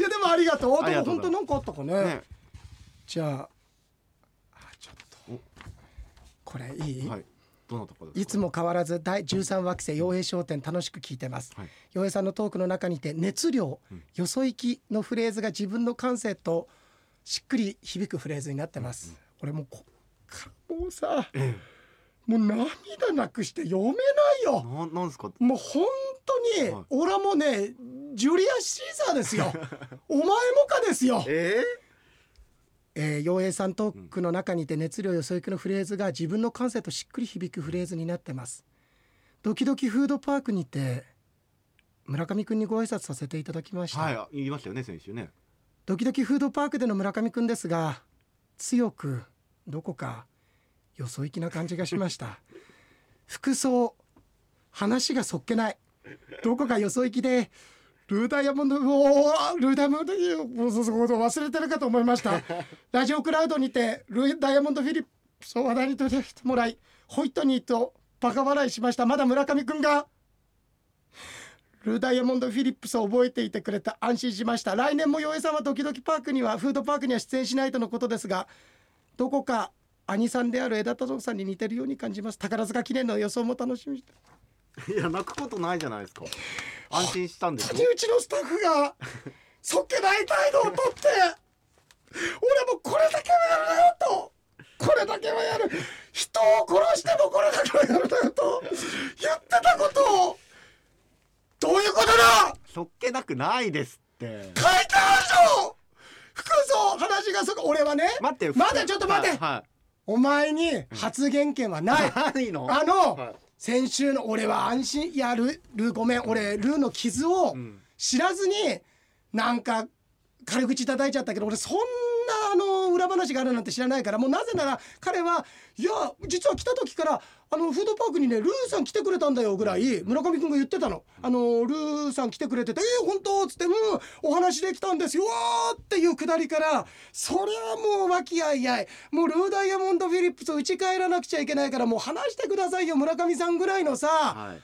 やでもありがとうありでもがと本当うございまなんかあったかねねじゃああちょっとこれいいはいどのところいですつかも変わらず第13惑星洋平商店楽しく聞いてますはい洋平さんのトークの中にて熱量うんよそ行きのフレーズが自分の感性としっくり響くフレーズになってます俺もうこっからもうさえもう涙なくして読めないよえななんですかもう本当に、はい俺もねジュリア・シーザー ですよお前もかですよええー、陽平さんトークの中にて熱量よそ行きのフレーズが自分の感性としっくり響くフレーズになってますドキドキフードパークにて村上くんにご挨拶させていただきました、はい言いましたよね先週ねドキドキフードパークでの村上くんですが強くどこかよそ行きな感じがしました 服装話がそっけないどこかよそ行きでルーダイヤモンドおールーダイヤモンドもうそうそう忘れてるかと思いましたラジオクラウドにてルーダイヤモンドフィリップスを話題に取り上げてもらいホイットニーとバカ笑いしましたまだ村上くんがルーダイヤモンド・フィリップスを覚えていてくれた安心しました来年も洋江さんはドキドキパークにはフードパークには出演しないとのことですがどこか兄さんである枝太郎さんに似てるように感じます宝塚記念の予想も楽しみにしていや泣くことないじゃないですか安心したんです竹内のスタッフがそっけない態度をとって俺もこれだけはやるなよとこれだけはやる人を殺してもこれだけはやるなよと言ってたことをどういうことだそっけなくないですって書いてあるでしょ服装話がそこ俺はね待ってよまだちょっと待ってはい、はいお前に発言権はないないのあの、はい先週の俺は安心いやルルーごめん俺ルーの傷をん知らずになんか軽口叩いちゃったけど俺そんなあの恨裏話があるなんて知らないからもうなぜなら彼はいや実は来た時からあのフードパークにねルーさん来てくれたんだよぐらい村上君が言ってたの。あのルーさん来てくれてて「えー、本当?」っつって「うんお話できたんですよ」っていうくだりからそりゃもう和気あいあいもうルーダイヤモンド・フィリップス打ち返らなくちゃいけないからもう話してくださいよ村上さんぐらいのさ。はい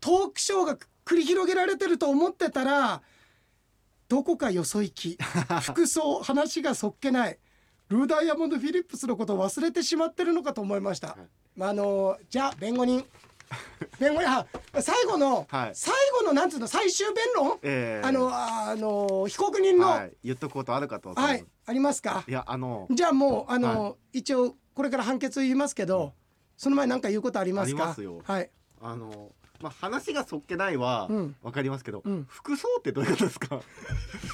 トークショーが繰り広げられてると思ってたらどこかよそ行 き服装話がそっけないルーダイヤモンド・フィリップスのことを忘れてしまってるのかと思いました、いまああのじゃあ弁護 人弁護人あ最後の、はい最後のなんつうの最終弁論、ええあのああの被告人のは、はいい、言っとくことあるかと、い、ありますかやあのじゃあもうあの、は一応これから判決言いますけど、その前何か言うことありますかありますよはいあの、まあ、話がそっけないはうんわかりますけど、うん服装ってどういうことですか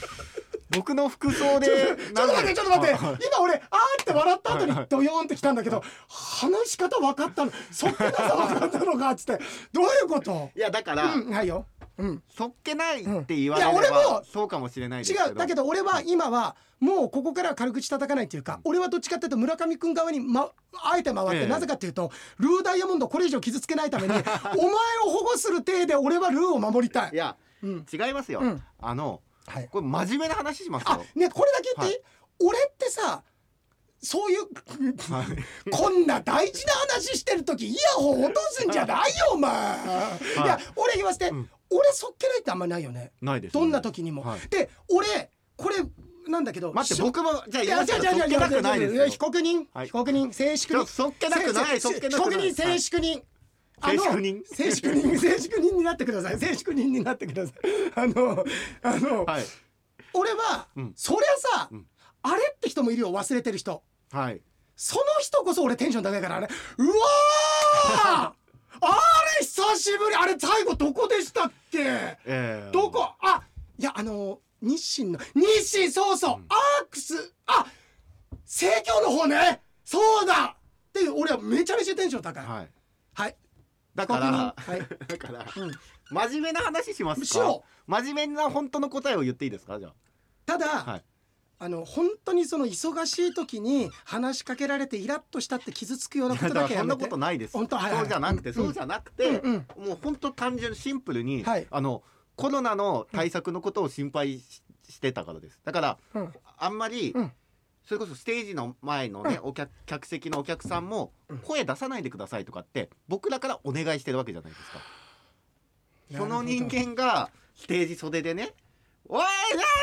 僕の服装でちょっと待ってちょっと待ってはい今俺あーって笑った後はいはにいドヨーンってきたんだけど話し方分かったのそっけなさ分かったのかっつってどういうこといやだから、うんはいよ、うん、そっけないって言われれば、うんいや俺もそうかもしれないですけど違うだけど俺は今はもうここからは軽口叩かないというか俺はどっちかっていうと村上君側に、ま、あえて回っえてえなぜかっていうとルーダイヤモンドをこれ以上傷つけない ためにお前を保護する体で俺はルーを守りたいい。やうん違いますよ、うんあのはい、これ真面目な話しますあよねこれだけ言っていい、俺ってさそういうはいこんな大事な話してる時イヤホン落とすんじゃないよお前、い、や俺言わせて、ん俺そっけないってあんまないよねないですどんな時にも、はいで俺これなんだけど待ってし僕もじゃあいや違う言い違う違う違うますけどそっけなくないで違うすよ違う被告人、はい被告人静粛ちょ人そっけなくなせいそっせけなくない被告人静粛人、あの静粛人静粛 人静粛人になってください静粛人になってくださいあのあの、はい俺は、うんそりゃさ、んあれって人もいるよ忘れてる人はいその人こそ俺テンション高いからあれうわーあれ久しぶりあれ最後どこでしたっけええどこあいやあの日清の日清そうそう、アークスあ生協の方ねそうだっていう俺はめちゃめちゃテンション高いはい、はいだから、確認はいだから、うん真面目な話しますかしろ真面目な本当の答えを言っていいですかじゃただ、あはいあの本当にその忙しい時に話しかけられてイラッとしたって傷つくようなことだだかけらやそんめなてことないです本当はいはいそうじゃなくて、うんそうじゃなくて、うんもう本当単純シンプルに、はいあのコロナの対策のことを心配し,、てたからですだからうんあんまり、うんそれこそステージの前のね、お客客席のお客さんも声出さないでくださいとかって僕らからお願いしてるわけじゃないですかその人間がステージ袖でね「おい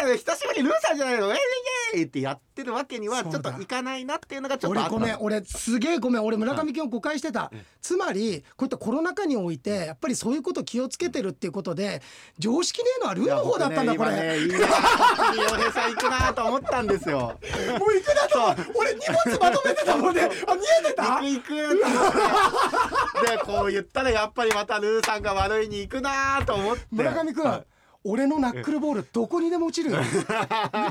おい久しぶりルーさんじゃないのウェイウェイウェイ!」ってやってるわけにはそうちょだっといかないなっていうのがちょっと俺あったごめん俺すげえごめん俺村上君を誤解してた、んつまりこういったコロナ禍においてやっぱりそういうこと気をつけてるっていうことで常識ねえのはルーの方だったんだこれ、いや僕ね今ねいいな洋平さん行くなと思ったんですよもう行くなと思う俺荷物まとめてた もんねあ見えて行たく行くって思ってでこう言ったらやっぱりまたルーさんが悪いに行くなと思って村上君、はい俺のナックルボールどこにでも落ち るよ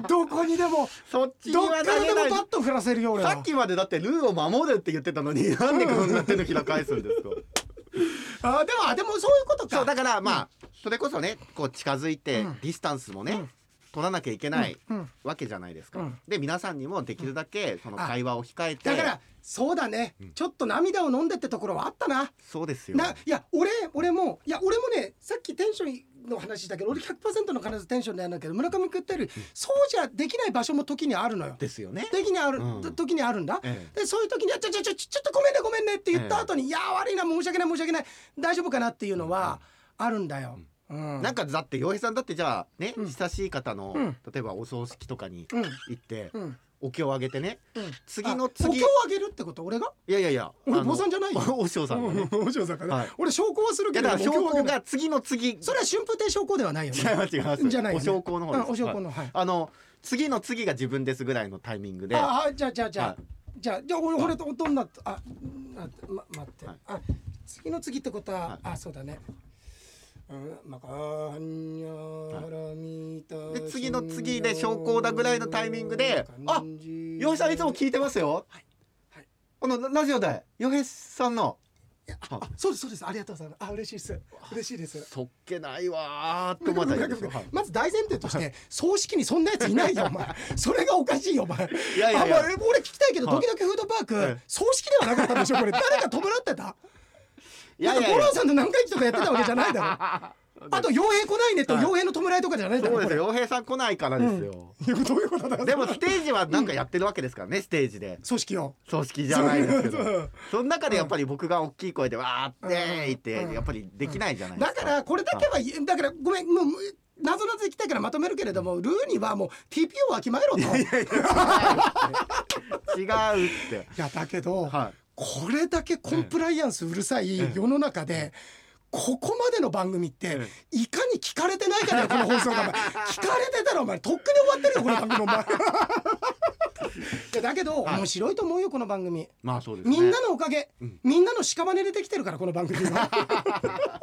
どこにでもそっちにどっかは投らでげもないバット振らせるよ俺はさっきまでだってルーを守るって言ってたのになんでこんな手のひら返すんですかあでもあでもそういうことか そうだからまあそれこそねこう近づいてうんディスタンスもね取らなきゃいけないうんわけじゃないですうかんで皆さんにもできるだけその会話を控えてだからそうだね、ちょっと涙を飲んでってところはあったなそうですよないや俺俺もいや俺もねさっきテンションの話だけど俺100%の必ずテンションでやるんだけど村上君言ったよりそうじゃできない場所も時にあるのよ。ですよね時にある、うん時にあるんだ、えでそういう時に「いやちょちょちょちょっとごめんねごめんね」って言った後に「いや悪いな申し訳ない申し訳ない大丈夫かな」っていうのはあるんだよ。うんなんかだって洋平さんだってじゃあね、うん親しい方の、うん例えばお葬式とかにうん行って、うんお経をあげてねうん次あのお次経をあげるってこと俺がいやいやいや俺あの坊さんじゃないよお嬢さんがね、いお嬢さんか はい俺証拠はするけやどだからお経証をあげ拠ないが次の次違いそれは春風亭証拠ではないよね。ます違いますじゃないよおね証拠の方ですうんお焼香のはいあの次の次が自分ですぐらいのタイミングでああじゃあじゃあじゃあ、はいじゃあじゃあ俺俺とどんなああま待って、はいあ次の次ってことは、はいあそうだね。うんまあ、あんにゃらみたで次の次で昇降だぐらいのタイミングであ洋平さんいつも聞いてますよ、いはいこのラジオで洋平さんのやああそうですそうですありがとうございますあ嬉しいです嬉しいですそっけないわーって思ったらいいですよはいまず大前提として葬式にそんなやついないよお前それがおかしいよお前いやいやいやあもう俺聞きたいけどはい時々フードパーク、はい葬式ではなかったんでしょこれ誰か弔ってたいやなんいやいかや五郎さんと何回忌とかやってたわけじゃないだろ あと傭兵来ないねとはい傭兵の弔いとかじゃないだろそうこでれすよ洋平さん来ないからですよ、いやどういうことだろうでもステージはなんかやってるわけですからね、ステージで組織を葬式じゃないですけどそうそうその中でやっぱり僕が大きい声でわーってー言って、うんやっぱりできないじゃないでだすか、からこれだけは言えだからごめんもうもうなぞなぞ行きたいからまとめるけれどもルーにはもう TPO をわきまえろとい違うってやだけど、はいこれだけコンプライアンスうるさいええ世の中で、ここまでの番組ってえ、いかに聞かれてないかだよ、この放送が。お前 聞かれてたら、お前、とっくに終わってるよ、この番組、お前。いやだけど、はい面白いと思うよ、この番組。まあそうですねみんなのおかげ、うんみんなの屍出てきてるから、この番組 は。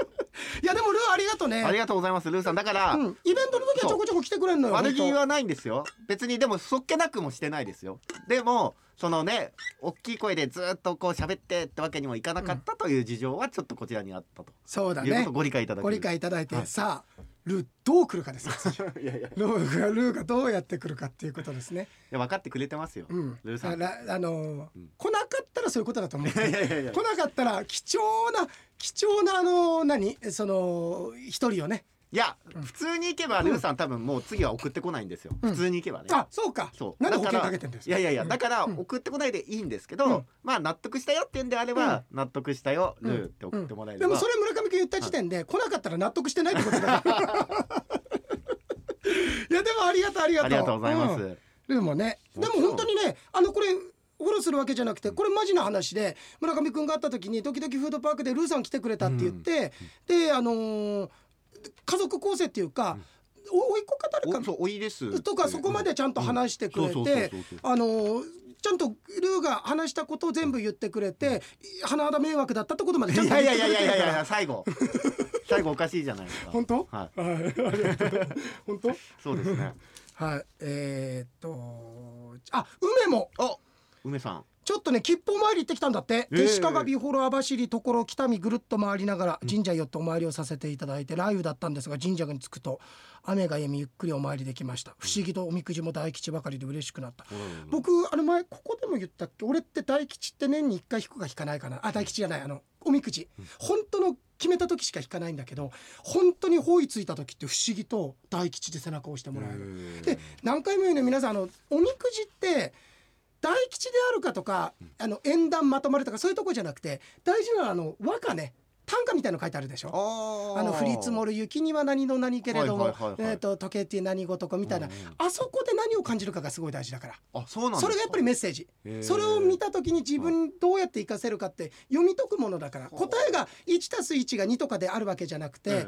いや、でも、ルー、ありがとね。ありがとうございますルーさんだから、うん、イベントの時はちょこちょこ来てくれるのよ。悪気本当はないんですよ別にでもそっけなくもしてないですよでもそのね大きい声でずっとこう喋ってってわけにもいかなかったという事情はちょっとこちらにあったと、そうだいうこねとを。ご理解いただけごる理解いただいて、はいさあ、ルー、どう来るかですよ。 次いやいやいルーが、ルーがどうやって来るかっていうことですね。や分かってくれてますよ、うんルーさんあらあのーうん来なかったらそういうことだと思う。いやいやいやいや来なかったら貴重な貴重なあのー何その一人をね。いや普通に行けばルーさん多分もう次は送ってこないんですよ、うん普通に行けばねあそうか。そうなんで保だ険らかけてんですか。いやいやいやだからうん送ってこないでいいんですけど、うんまあ納得したよって言うんであれば、納得したよルーって送ってもらえれば、でもそれ村上君言った時点で来なかったら納得してないってことだから。 いやでもありがとうありがとう。ありがとうございます、うんでもねでも本当にねあのこれフォローするわけじゃなくてこれマジな話で村上君が会った時に時々フードパークでルーさん来てくれたって言って、であのー家族構成っていうか、お甥っ子か誰おかそうおいですとかそこまでちゃんと話してくれうんそうそうてそうそうあのーちゃんとルーが話したことを全部言ってくれて甚だ迷惑だったってことまでちゃんいとや言いってくやいれてやいるやいかやいやら最後最後おかしいじゃないですか本当はいはいありがとう本当そうですねはいえーっとあ梅もお梅さんちょっとね吉報参り行ってきたんだって、ええ弟子利美幌網走所北見ぐるっと回りながら神社寄ってお参りをさせていただいて、雷雨だったんですが神社に着くと雨が止みゆっくりお参りできました不思議とおみくじも大吉ばかりで嬉しくなった、僕あの前ここでも言ったっけ俺って大吉って年に1回引くか引かないかなあ大吉じゃないあのおみくじ、本当の決めた時しか引かないんだけど本当に方位ついた時って不思議と大吉で背中を押してもらえる、で何回も言うね皆さんあのおみくじって大吉であるかとかあの縁談まとまるとかそういうとこじゃなくて大事なのはあの和歌ね短歌みたいの書いてあるでしょ。ああの降り積もる雪には何の何けれども、はいはいはいはいえー、と時計って何事かみたいな、うんうんあそこで何を感じるかがすごい大事だからあそうなんですそかれがやっぱりメッセージへーそれを見た時に自分にどうやって活かせるかって読み解くものだからほう答えが1たす1が2とかであるわけじゃなくてえ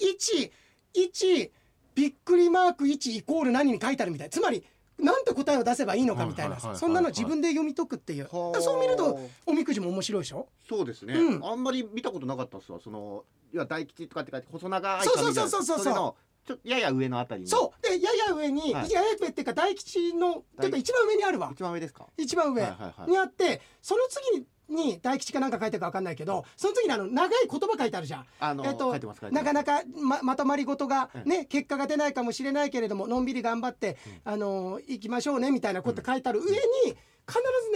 え11びっくりマーク1イコール何に書いてあるみたいつまりなんて答えを出せばいいのかみたいはないはいはいはいそんなの自分で読み解くっていうだはあからそう見るとおみくじも面白いでしょそうですね、うんあんまり見たことなかったっすわその要は大吉とかって書いて細長いそうそう紙じゃないそうそうそうれのちょっとやや上のあたりにそうでやや上に、はいやや上っていうか大吉のちょっと一番上にあるわ一番上ですか一番上はいはいはいにあってその次に大吉かなんか書いてるか分かんないけどその次にあの長い言葉書いてあるじゃん。あの、えっと書いてます書いてまなすかなかままとまりごとがええね、結果が出ないかもしれないけれどものんびり頑張って、あのー行きましょうねみたいなこと書いてある上に、必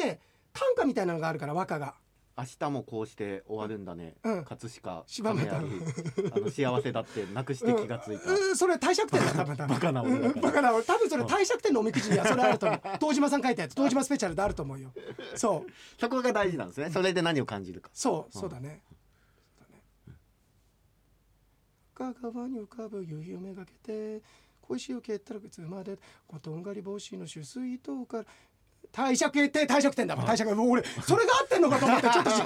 ずね短歌みたいなのがあるから和歌が。明日もこうして終わるんだね、うん葛飾柴又亀有あの幸せだってなくして気がついた、うん、それ帝釈天だ多分多分 バカな俺だかうらんバカな俺多分それ帝釈天のおみくじにはそれあると 思う堂島さん書いたやつ堂島スペシャルであると思うよそうそこが大事なんですねそれで何を感じるかそうそうだね深川に浮かぶ夕日をめがけて小石を蹴ったら靴までことんがり帽子の取水塔から帝釈天って帝釈天だもん帝釈天もう俺それが合ってんのかと思 ってちょっとし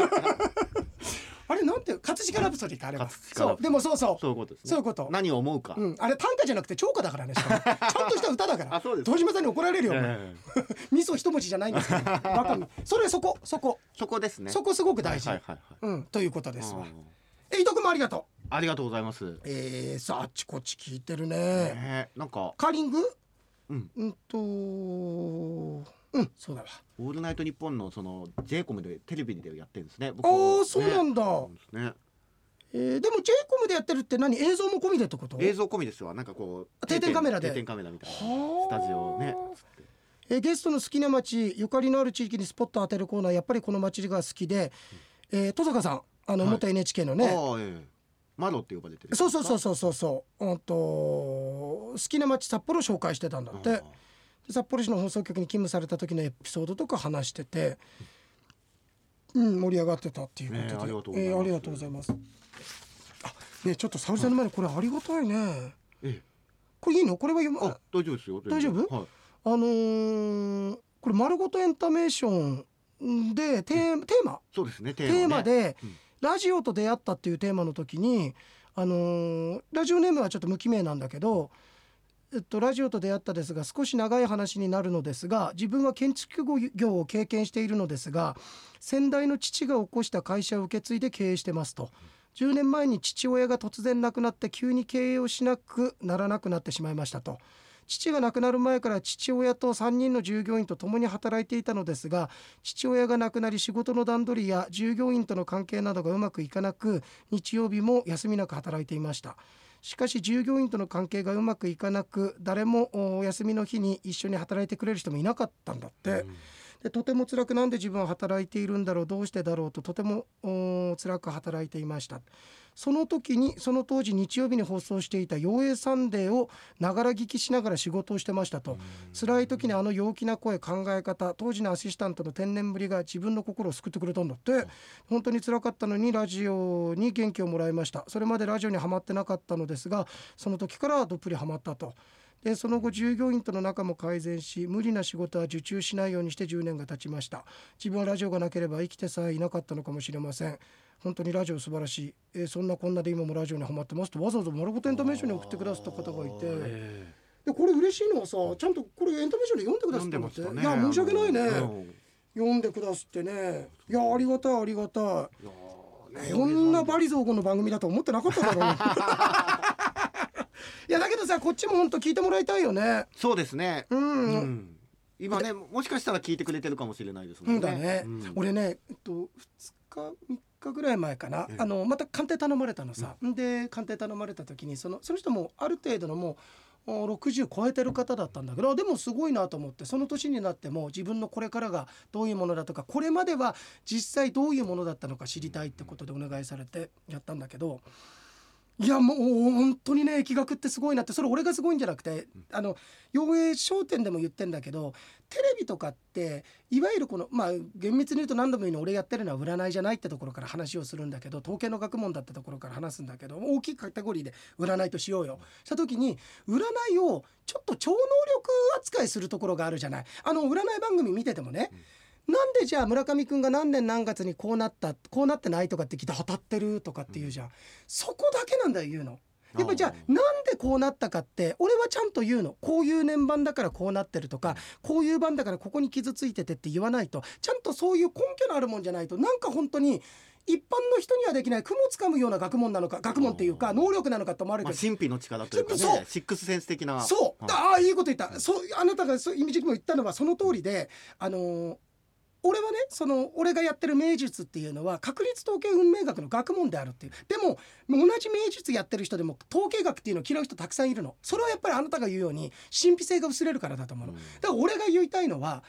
あれなんて葛飾ラプソディかあれは葛飾ラそプソディうでもそうそうそういうことですねそういうこと何を思うか、うん、あれ短歌じゃなくて超歌だからねし かもちゃんとした歌だからあそうです東島さんに怒られるよ、お前ええ 味噌一文字じゃないんですけどバカみそれそこそこ、そこですねそこすごく大事、はいはいはいうん、ということですわ、うんえ伊藤君もありがとありがとうございますうえー、さああっちこっち聞いてるねええなんかカーリングうんうんとうんそうだわオールナイトニッポンのその J コムでテレビでやってるんですね。僕あーそうなねんだ、そうですね。えーでも j コムでやってるって何映像も込みでってこと映像込みですわ。なんかこう定点カメラで定点カメラみたいなはスあタジオね。えーゲストの好きな街ゆかりのある地域にスポット当てるコーナーやっぱりこの街が好きで、えー登坂さんあのはい元 NHK のねね、ああええ。マロって呼ばれてる。そうそうそうそうそうそううんと好きな街札幌を紹介してたんだってああで札幌市の放送局に勤務された時のエピソードとか話してて、うん、盛り上がってたっていうことで、ねえありがとうございますえーありがとうございますあねえちょっと沙織さんの前にこれありがたいね、ええこれいいのこれは読あま大丈夫ですよ。大丈夫はい。あのーこれ「丸ごとエンタメーションで」テーテーマそうですね。テテーマね。で、うんラジオと出会ったっていうテーマの時に、あのーラジオネームはちょっと無記名なんだけど、えっと、ラジオと出会ったですが少し長い話になるのですが自分は建築業を経験しているのですが先代の父が起こした会社を受け継いで経営してますと。10年前に父親が突然亡くなって急に経営をしなくならなくなってしまいましたと父が亡くなる前から父親と3人の従業員と共に働いていたのですが父親が亡くなり仕事の段取りや従業員との関係などがうまくいかなく日曜日も休みなく働いていましたしかし従業員との関係がうまくいかなく誰もおお休みの日に一緒に働いてくれる人もいなかったんだって、でとても辛くなんで自分は働いているんだろうどうしてだろうととてもお辛く働いていましたその時にその当時日曜日に放送していた「妖艶サンデー」をながら聞きしながら仕事をしてましたと辛い時にあの陽気な声考え方当時のアシスタントの天然ぶりが自分の心を救ってくれたんだって本当に辛かったのにラジオに元気をもらいましたそれまでラジオにはまってなかったのですがその時からどっぷりはまったと。でその後従業員との仲も改善し無理な仕事は受注しないようにして10年が経ちました自分はラジオがなければ生きてさえいなかったのかもしれません本当にラジオ素晴らしい、えーそんなこんなで今もラジオにはまってますとわざわざ丸ごとエンタメーションに送ってくださった方がいて、ああええでこれ嬉しいのはさちゃんとこれエンタメーションで読んでくださっ読んでたのまっ、してたね。いや申し訳ないね、うん読んでくださってねいやありがたいありがたいやーいねこんなバリ雑言の番組だと思ってなかっただろう いやだけどさこっちも本当聞いてもらいたいよねそうですね。うん、うん今ねもしかしたら聞いてくれてるかもしれないですもうんんね。だね、うん俺ね、えっと、2日3日ぐらい前かな、ええあのまた鑑定頼まれたのさ、で鑑定頼まれた時にそのその人もある程度のもうお60超えてる方だったんだけどでもすごいなと思ってその年になっても自分のこれからがどういうものだとかこれまでは実際どういうものだったのか知りたいってことでお願いされてやったんだけど。いやもう本当にね疫学ってすごいなってそれ俺がすごいんじゃなくて、あの陽影商店でも言ってんだけどテレビとかっていわゆるこのまあ厳密に言うと何度も言うように俺やってるのは占いじゃないってところから話をするんだけど統計の学問だってところから話すんだけど大きいカテゴリーで占いとしようよした時に占いをちょっと超能力扱いするところがあるじゃないあの占い番組見ててもね、なんでじゃあ村上君が何年何月にこうなったこうなってないとかって聞いて当たってるとかって言うじゃん、そこだけなんだよ言うの。やっぱじゃあなんでこうなったかって俺はちゃんと言うのこういう年番だからこうなってるとかこういう番だからここに傷ついててって言わないとちゃんとそういう根拠のあるもんじゃないとなんか本当に一般の人にはできない雲つかむような学問なのか学問っていうか能力なのかと思われまてある神秘の力というかそうね、シックスセンス的な。そう、はいああいいこと言った、そうあなたがそうイミジ君も言ったのはその通りであのー俺はねその俺がやってる名術っていうのは確率統計運命学の学問であるっていうでも同じ名術やってる人でも統計学っていうのを嫌う人たくさんいるのそれはやっぱりあなたが言うように神秘性が薄れるからだと思うの、うんだから俺が言いたいのは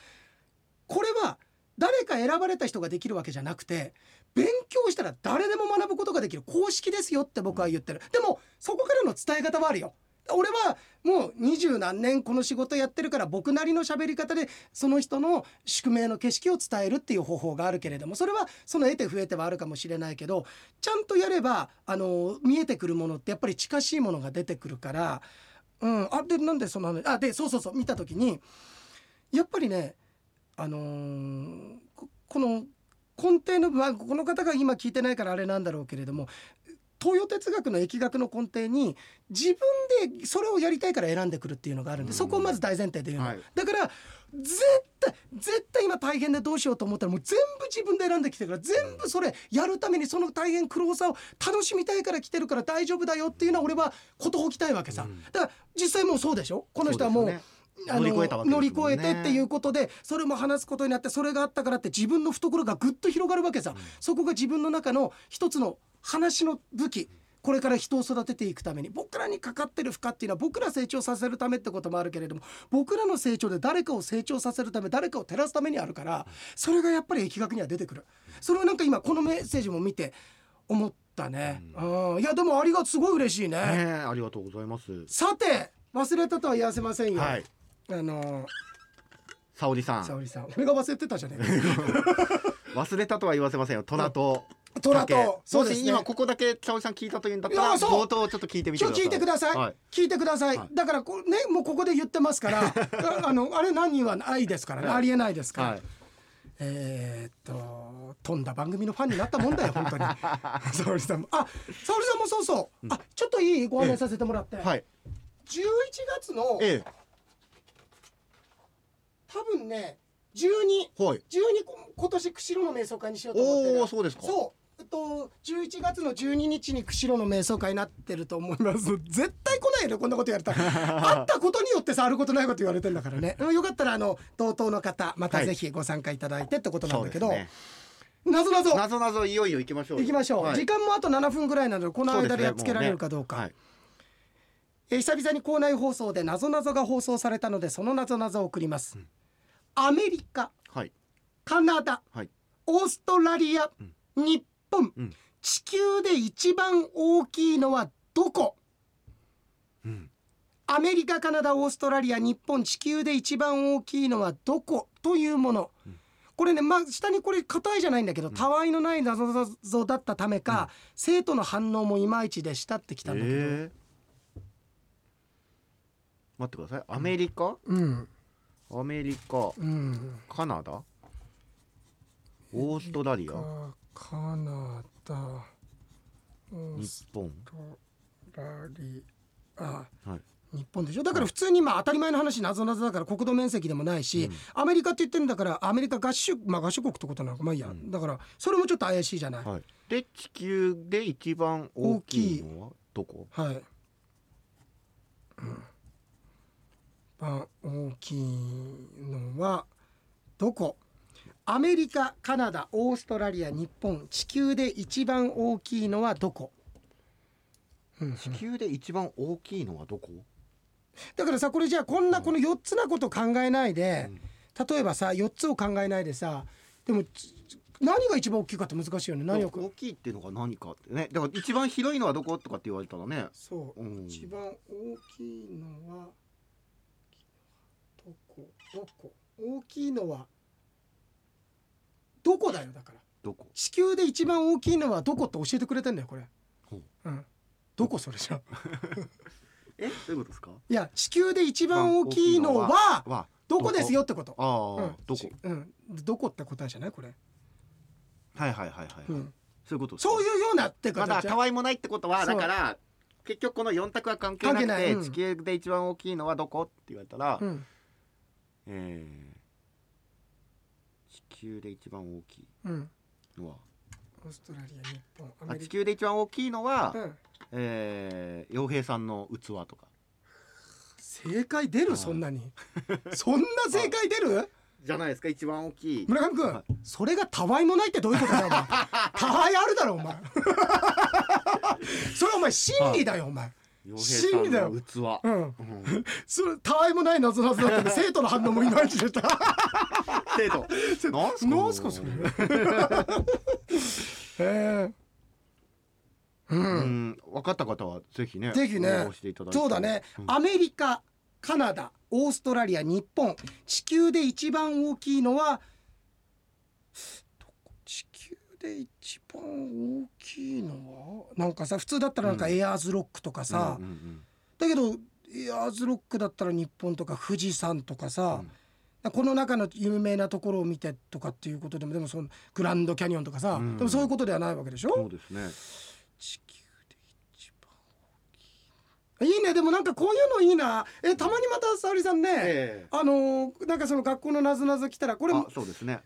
これは誰か選ばれた人ができるわけじゃなくて勉強したら誰でも学ぶことができる公式ですよって僕は言ってるでもそこからの伝え方はあるよ俺はもう二十何年この仕事やってるから僕なりの喋り方でその人の宿命の景色を伝えるっていう方法があるけれどもそれはその得て増えてはあるかもしれないけどちゃんとやればあの見えてくるものってやっぱり近しいものが出てくるからうんあでなんでその話あでそうそうそう見た時にやっぱりねあのーここの根底の、まあ、この方が今聞いてないからあれなんだろうけれども東洋哲学の疫学の根底に自分でそれをやりたいから選んでくるっていうのがあるんで、うんそこをまず大前提で言うの、はいだから絶対絶対今大変でどうしようと思ったらもう全部自分で選んできてるから全部それやるためにその大変苦労さを楽しみたいから来てるから大丈夫だよっていうのは俺は事ほきたいわけさ、うんだから実際もうそうでしょこの人はもうそですよねあの乗り越えたわけですもんね乗り越えてっていうことでそれも話すことになってそれがあったからって自分の懐がぐっと広がるわけさ、そこが自分の中の一つの話の武器これから人を育てていくために僕らにかかってる負荷っていうのは僕ら成長させるためってこともあるけれども僕らの成長で誰かを成長させるため誰かを照らすためにあるからそれがやっぱり疫学には出てくるそれをなんか今このメッセージも見て思ったね、うん、いやでもありがすごい嬉しいね、ねえありがとうございます。さて忘れたとは言わせませんよ、はい。あの沙織さ沙ん。織さん俺が忘れてたじゃね えか忘れたとは言わせませんよ。トラと。トラと竹そうですねもし今ここだけ沙織さん聞いたというんだっいたらやそう冒頭をちょっと聞いてみてく今日ださ聞い。いてください、はい。聞いてください、はいだからこうねもうここで言ってますから ああのあれ何人はないですからね、はいありえないですから、はい。えーっと飛んだ番組のファンになったもんだよ本当に 沙織さんもあ沙織さんもそうそう、あちょっといいご案内させてもらって、はい。 11月のえ多分ね12え。はい。 12こ今年釧路の瞑想会にしようと思ってるおお、そうですか。そうえっと11月の12日に釧路の瞑想会になってると思います絶対来ないよこんなこと言われ たら会ったことによってさあることないこと言われてんだからねうんよかったらあの同等の方またはいぜひご参加いただいてってことなんそだうでけすど、ね。なぞなぞなぞなぞいよいよ行きましょうよ。いきましょう、はい時間もあと7分ぐらいなのでこの間でやっつけられるかどうかはい。えー久々に校内放送でなぞなぞが放送されたのでそのなぞなぞを送ります、アメリカはい。カナダはい。オーストラリア、日本、うん地球で一番大きいのはどこうん。アメリカカナダオーストラリア日本地球で一番大きいのはどこというもの、これね、まあ、下にこれ硬いじゃないんだけど、たわいのない謎々だったためか、生徒の反応もいまいちでしたってきたんだけど、ええ。待ってください。アメリカ。うんアメリカ。うんカナダ。オーストラリア。あカナダオース日本。トラリアはい。日本でしょだから普通にまあ当たり前の話なぞなぞだから国土面積でもないし、アメリカって言ってるんだからアメリカ合衆まあ合衆国ってことなのかまあいいや、だからそれもちょっと怪しいじゃない、はい。で、地球で一番大きいのはどこ？はい。うんまあ、大きいのはどこアメリカ、カナダ、オーストラリア、日本、地球で一番大きいのはどこ地球で一番大きいのはどこ？だからさこれじゃあこんなこの4つなこと考えないで、例えばさ4つを考えないでさでもつ何が一番大きいかって難しいよね何を大きいっていうのが何かってね。だから一番広いのはどことかって言われたらね。そう、うん一番大きいのはどこどこ大きいのはどこだよだからどこ？地球で一番大きいのはどこって教えてくれてんだよこれほううんどこそれじゃえ、どういうことですか？いや地球で一番大きいのははどこですよってことああ、うんどこち？うんどこって答えじゃないこれ、はいはいはいはい、はいうん、そういうことですかそういうようなってま形だじたゃわいもないってことはそうだから結局この四択は関係なくて関係ないうん地球で一番大きいのはどこって言われたら、うんえー地球で一番大きいうんのはオーストラリア日本アあメ地リ球で一番大きいのは、カ、うん、えー、洋平さんの器とか正解出るそんな にそんな正解出るじゃないですか一番大きい村上君、はいそれがたわいもないってどういうことだよお前 たわいあるだろお前 それお前真理だよお前洋平真理ださよんの器、うんうんそれたわいもない謎謎だったけ ど生徒の反応もいまいちでした程度なんすか なんす かそ れええううんん分かった方はぜひねぜひね応募していただいてそうだね、んアメリカカナダオーストラリア日本地球で一番大きいのはどこ地球で一番大きいのはなんかさ普通だったらなんかうんエアーズロックとかさ、うんうんうんだけどエアーズロックだったら日本とか富士山とかさ、うんこの中の有名なところを見てとかっていうことでもでもそのグランドキャニオンとかさ、うんでもそういうことではないわけでしょ、そうですね地球で一番大きいいいねでもなんかこういうのいいなえたまにまた沙織さんね、ええあのーなんかその学校のなぞなぞ来たらこれあそうですね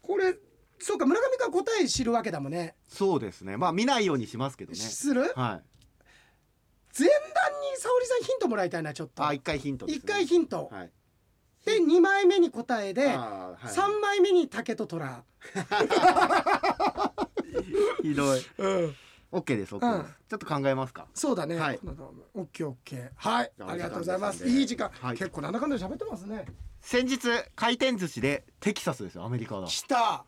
これそうか村上が答え知るわけだもんねそうですねまあ見ないようにしますけどねするはい前段に沙織さんヒントもらいたいなちょっとあ一回ヒントです、ね、一回ヒント、はいで2枚目に答えであーは3枚目に竹と虎、い、ひどいうん、オッケーですうんオッケーです、ちょっと考えますかそうだね、はいこんなのオッケーオッケーはいじゃあありがとうございまお時す間ですいい時間、はい結構なんだかんだで喋ってますね先日回転寿司でテキサスですよアメリカだ来た、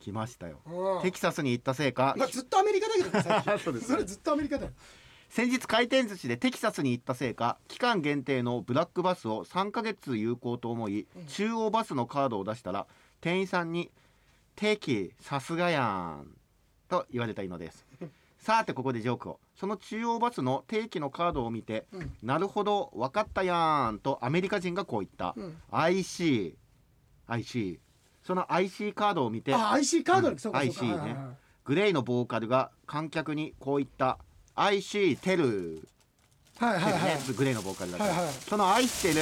来ましたようんテキサスに行ったせいかまあ、ずっとアメリカだけどねさっ そうできすねそれずっとアメリカだよ先日回転寿司でテキサスに行ったせいか期間限定のブラックバスを3ヶ月有効と思い中央バスのカードを出したら店員さんに「テキさすがやん」と言われたいのですさてここでジョークをその中央バスの定期のカードを見てうん「なるほど分かったやん」とアメリカ人がこう言ったうん「IC」「IC」その IC カードを見てあ IC カードに、うんそうかそうか IC ねはいはいはいグレイのボーカルが観客にこう言った「IC テル」はいはいはいね、グレーのボーカルだから、はいはいその「愛してる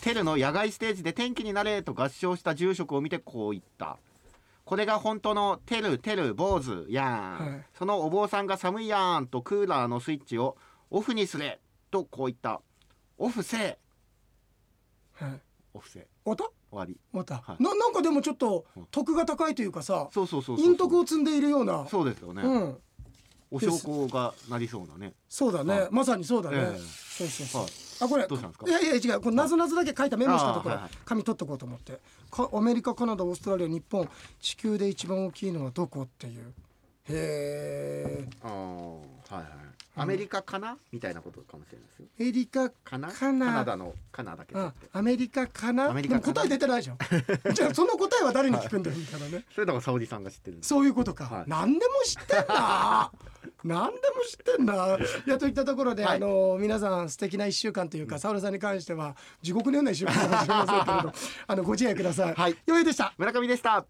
テル」の野外ステージで「天気になれ」と合唱した住職を見てこう言ったこれが本当の「テルテル坊主やん、はいそのお坊さんが「寒いやん」とクーラーのスイッチをオフにすれとこう言ったオフせえはいオフせえ終わった終わり終わった、はいななんかでもちょっとうん徳が高いというかさそうそうそうそう陰徳を積んでいるようなそうですよね、うんお焼香がなりそうなねそうだね、はいまさにそうだね、ええそうそうそう、はいあこれどうしたんですかいやいや違うこのなぞなぞだけ書いたメモしたところ、あーはいはい紙取っとこうと思ってかアメリカカナダオーストラリア日本地球で一番大きいのはどこっていうへえあはいはいアメリカかな、みたいなことかもしれないですよアメリカかなかなカナダのカナダけどあアメリカかなアメリカかでもな答え出てない じゃんじゃあその答えは誰に聞くんだよみたいなねそれだから沙織さんが知ってるんですそういうことか、はい何でも知ってん な何でも知ってんな。いやといったところで、はいあの皆さん素敵な一週間というか、サウルさんに関 しては地獄のような一週間かもしれませんけれど、あのご自愛ください。はいよいでした。村上でした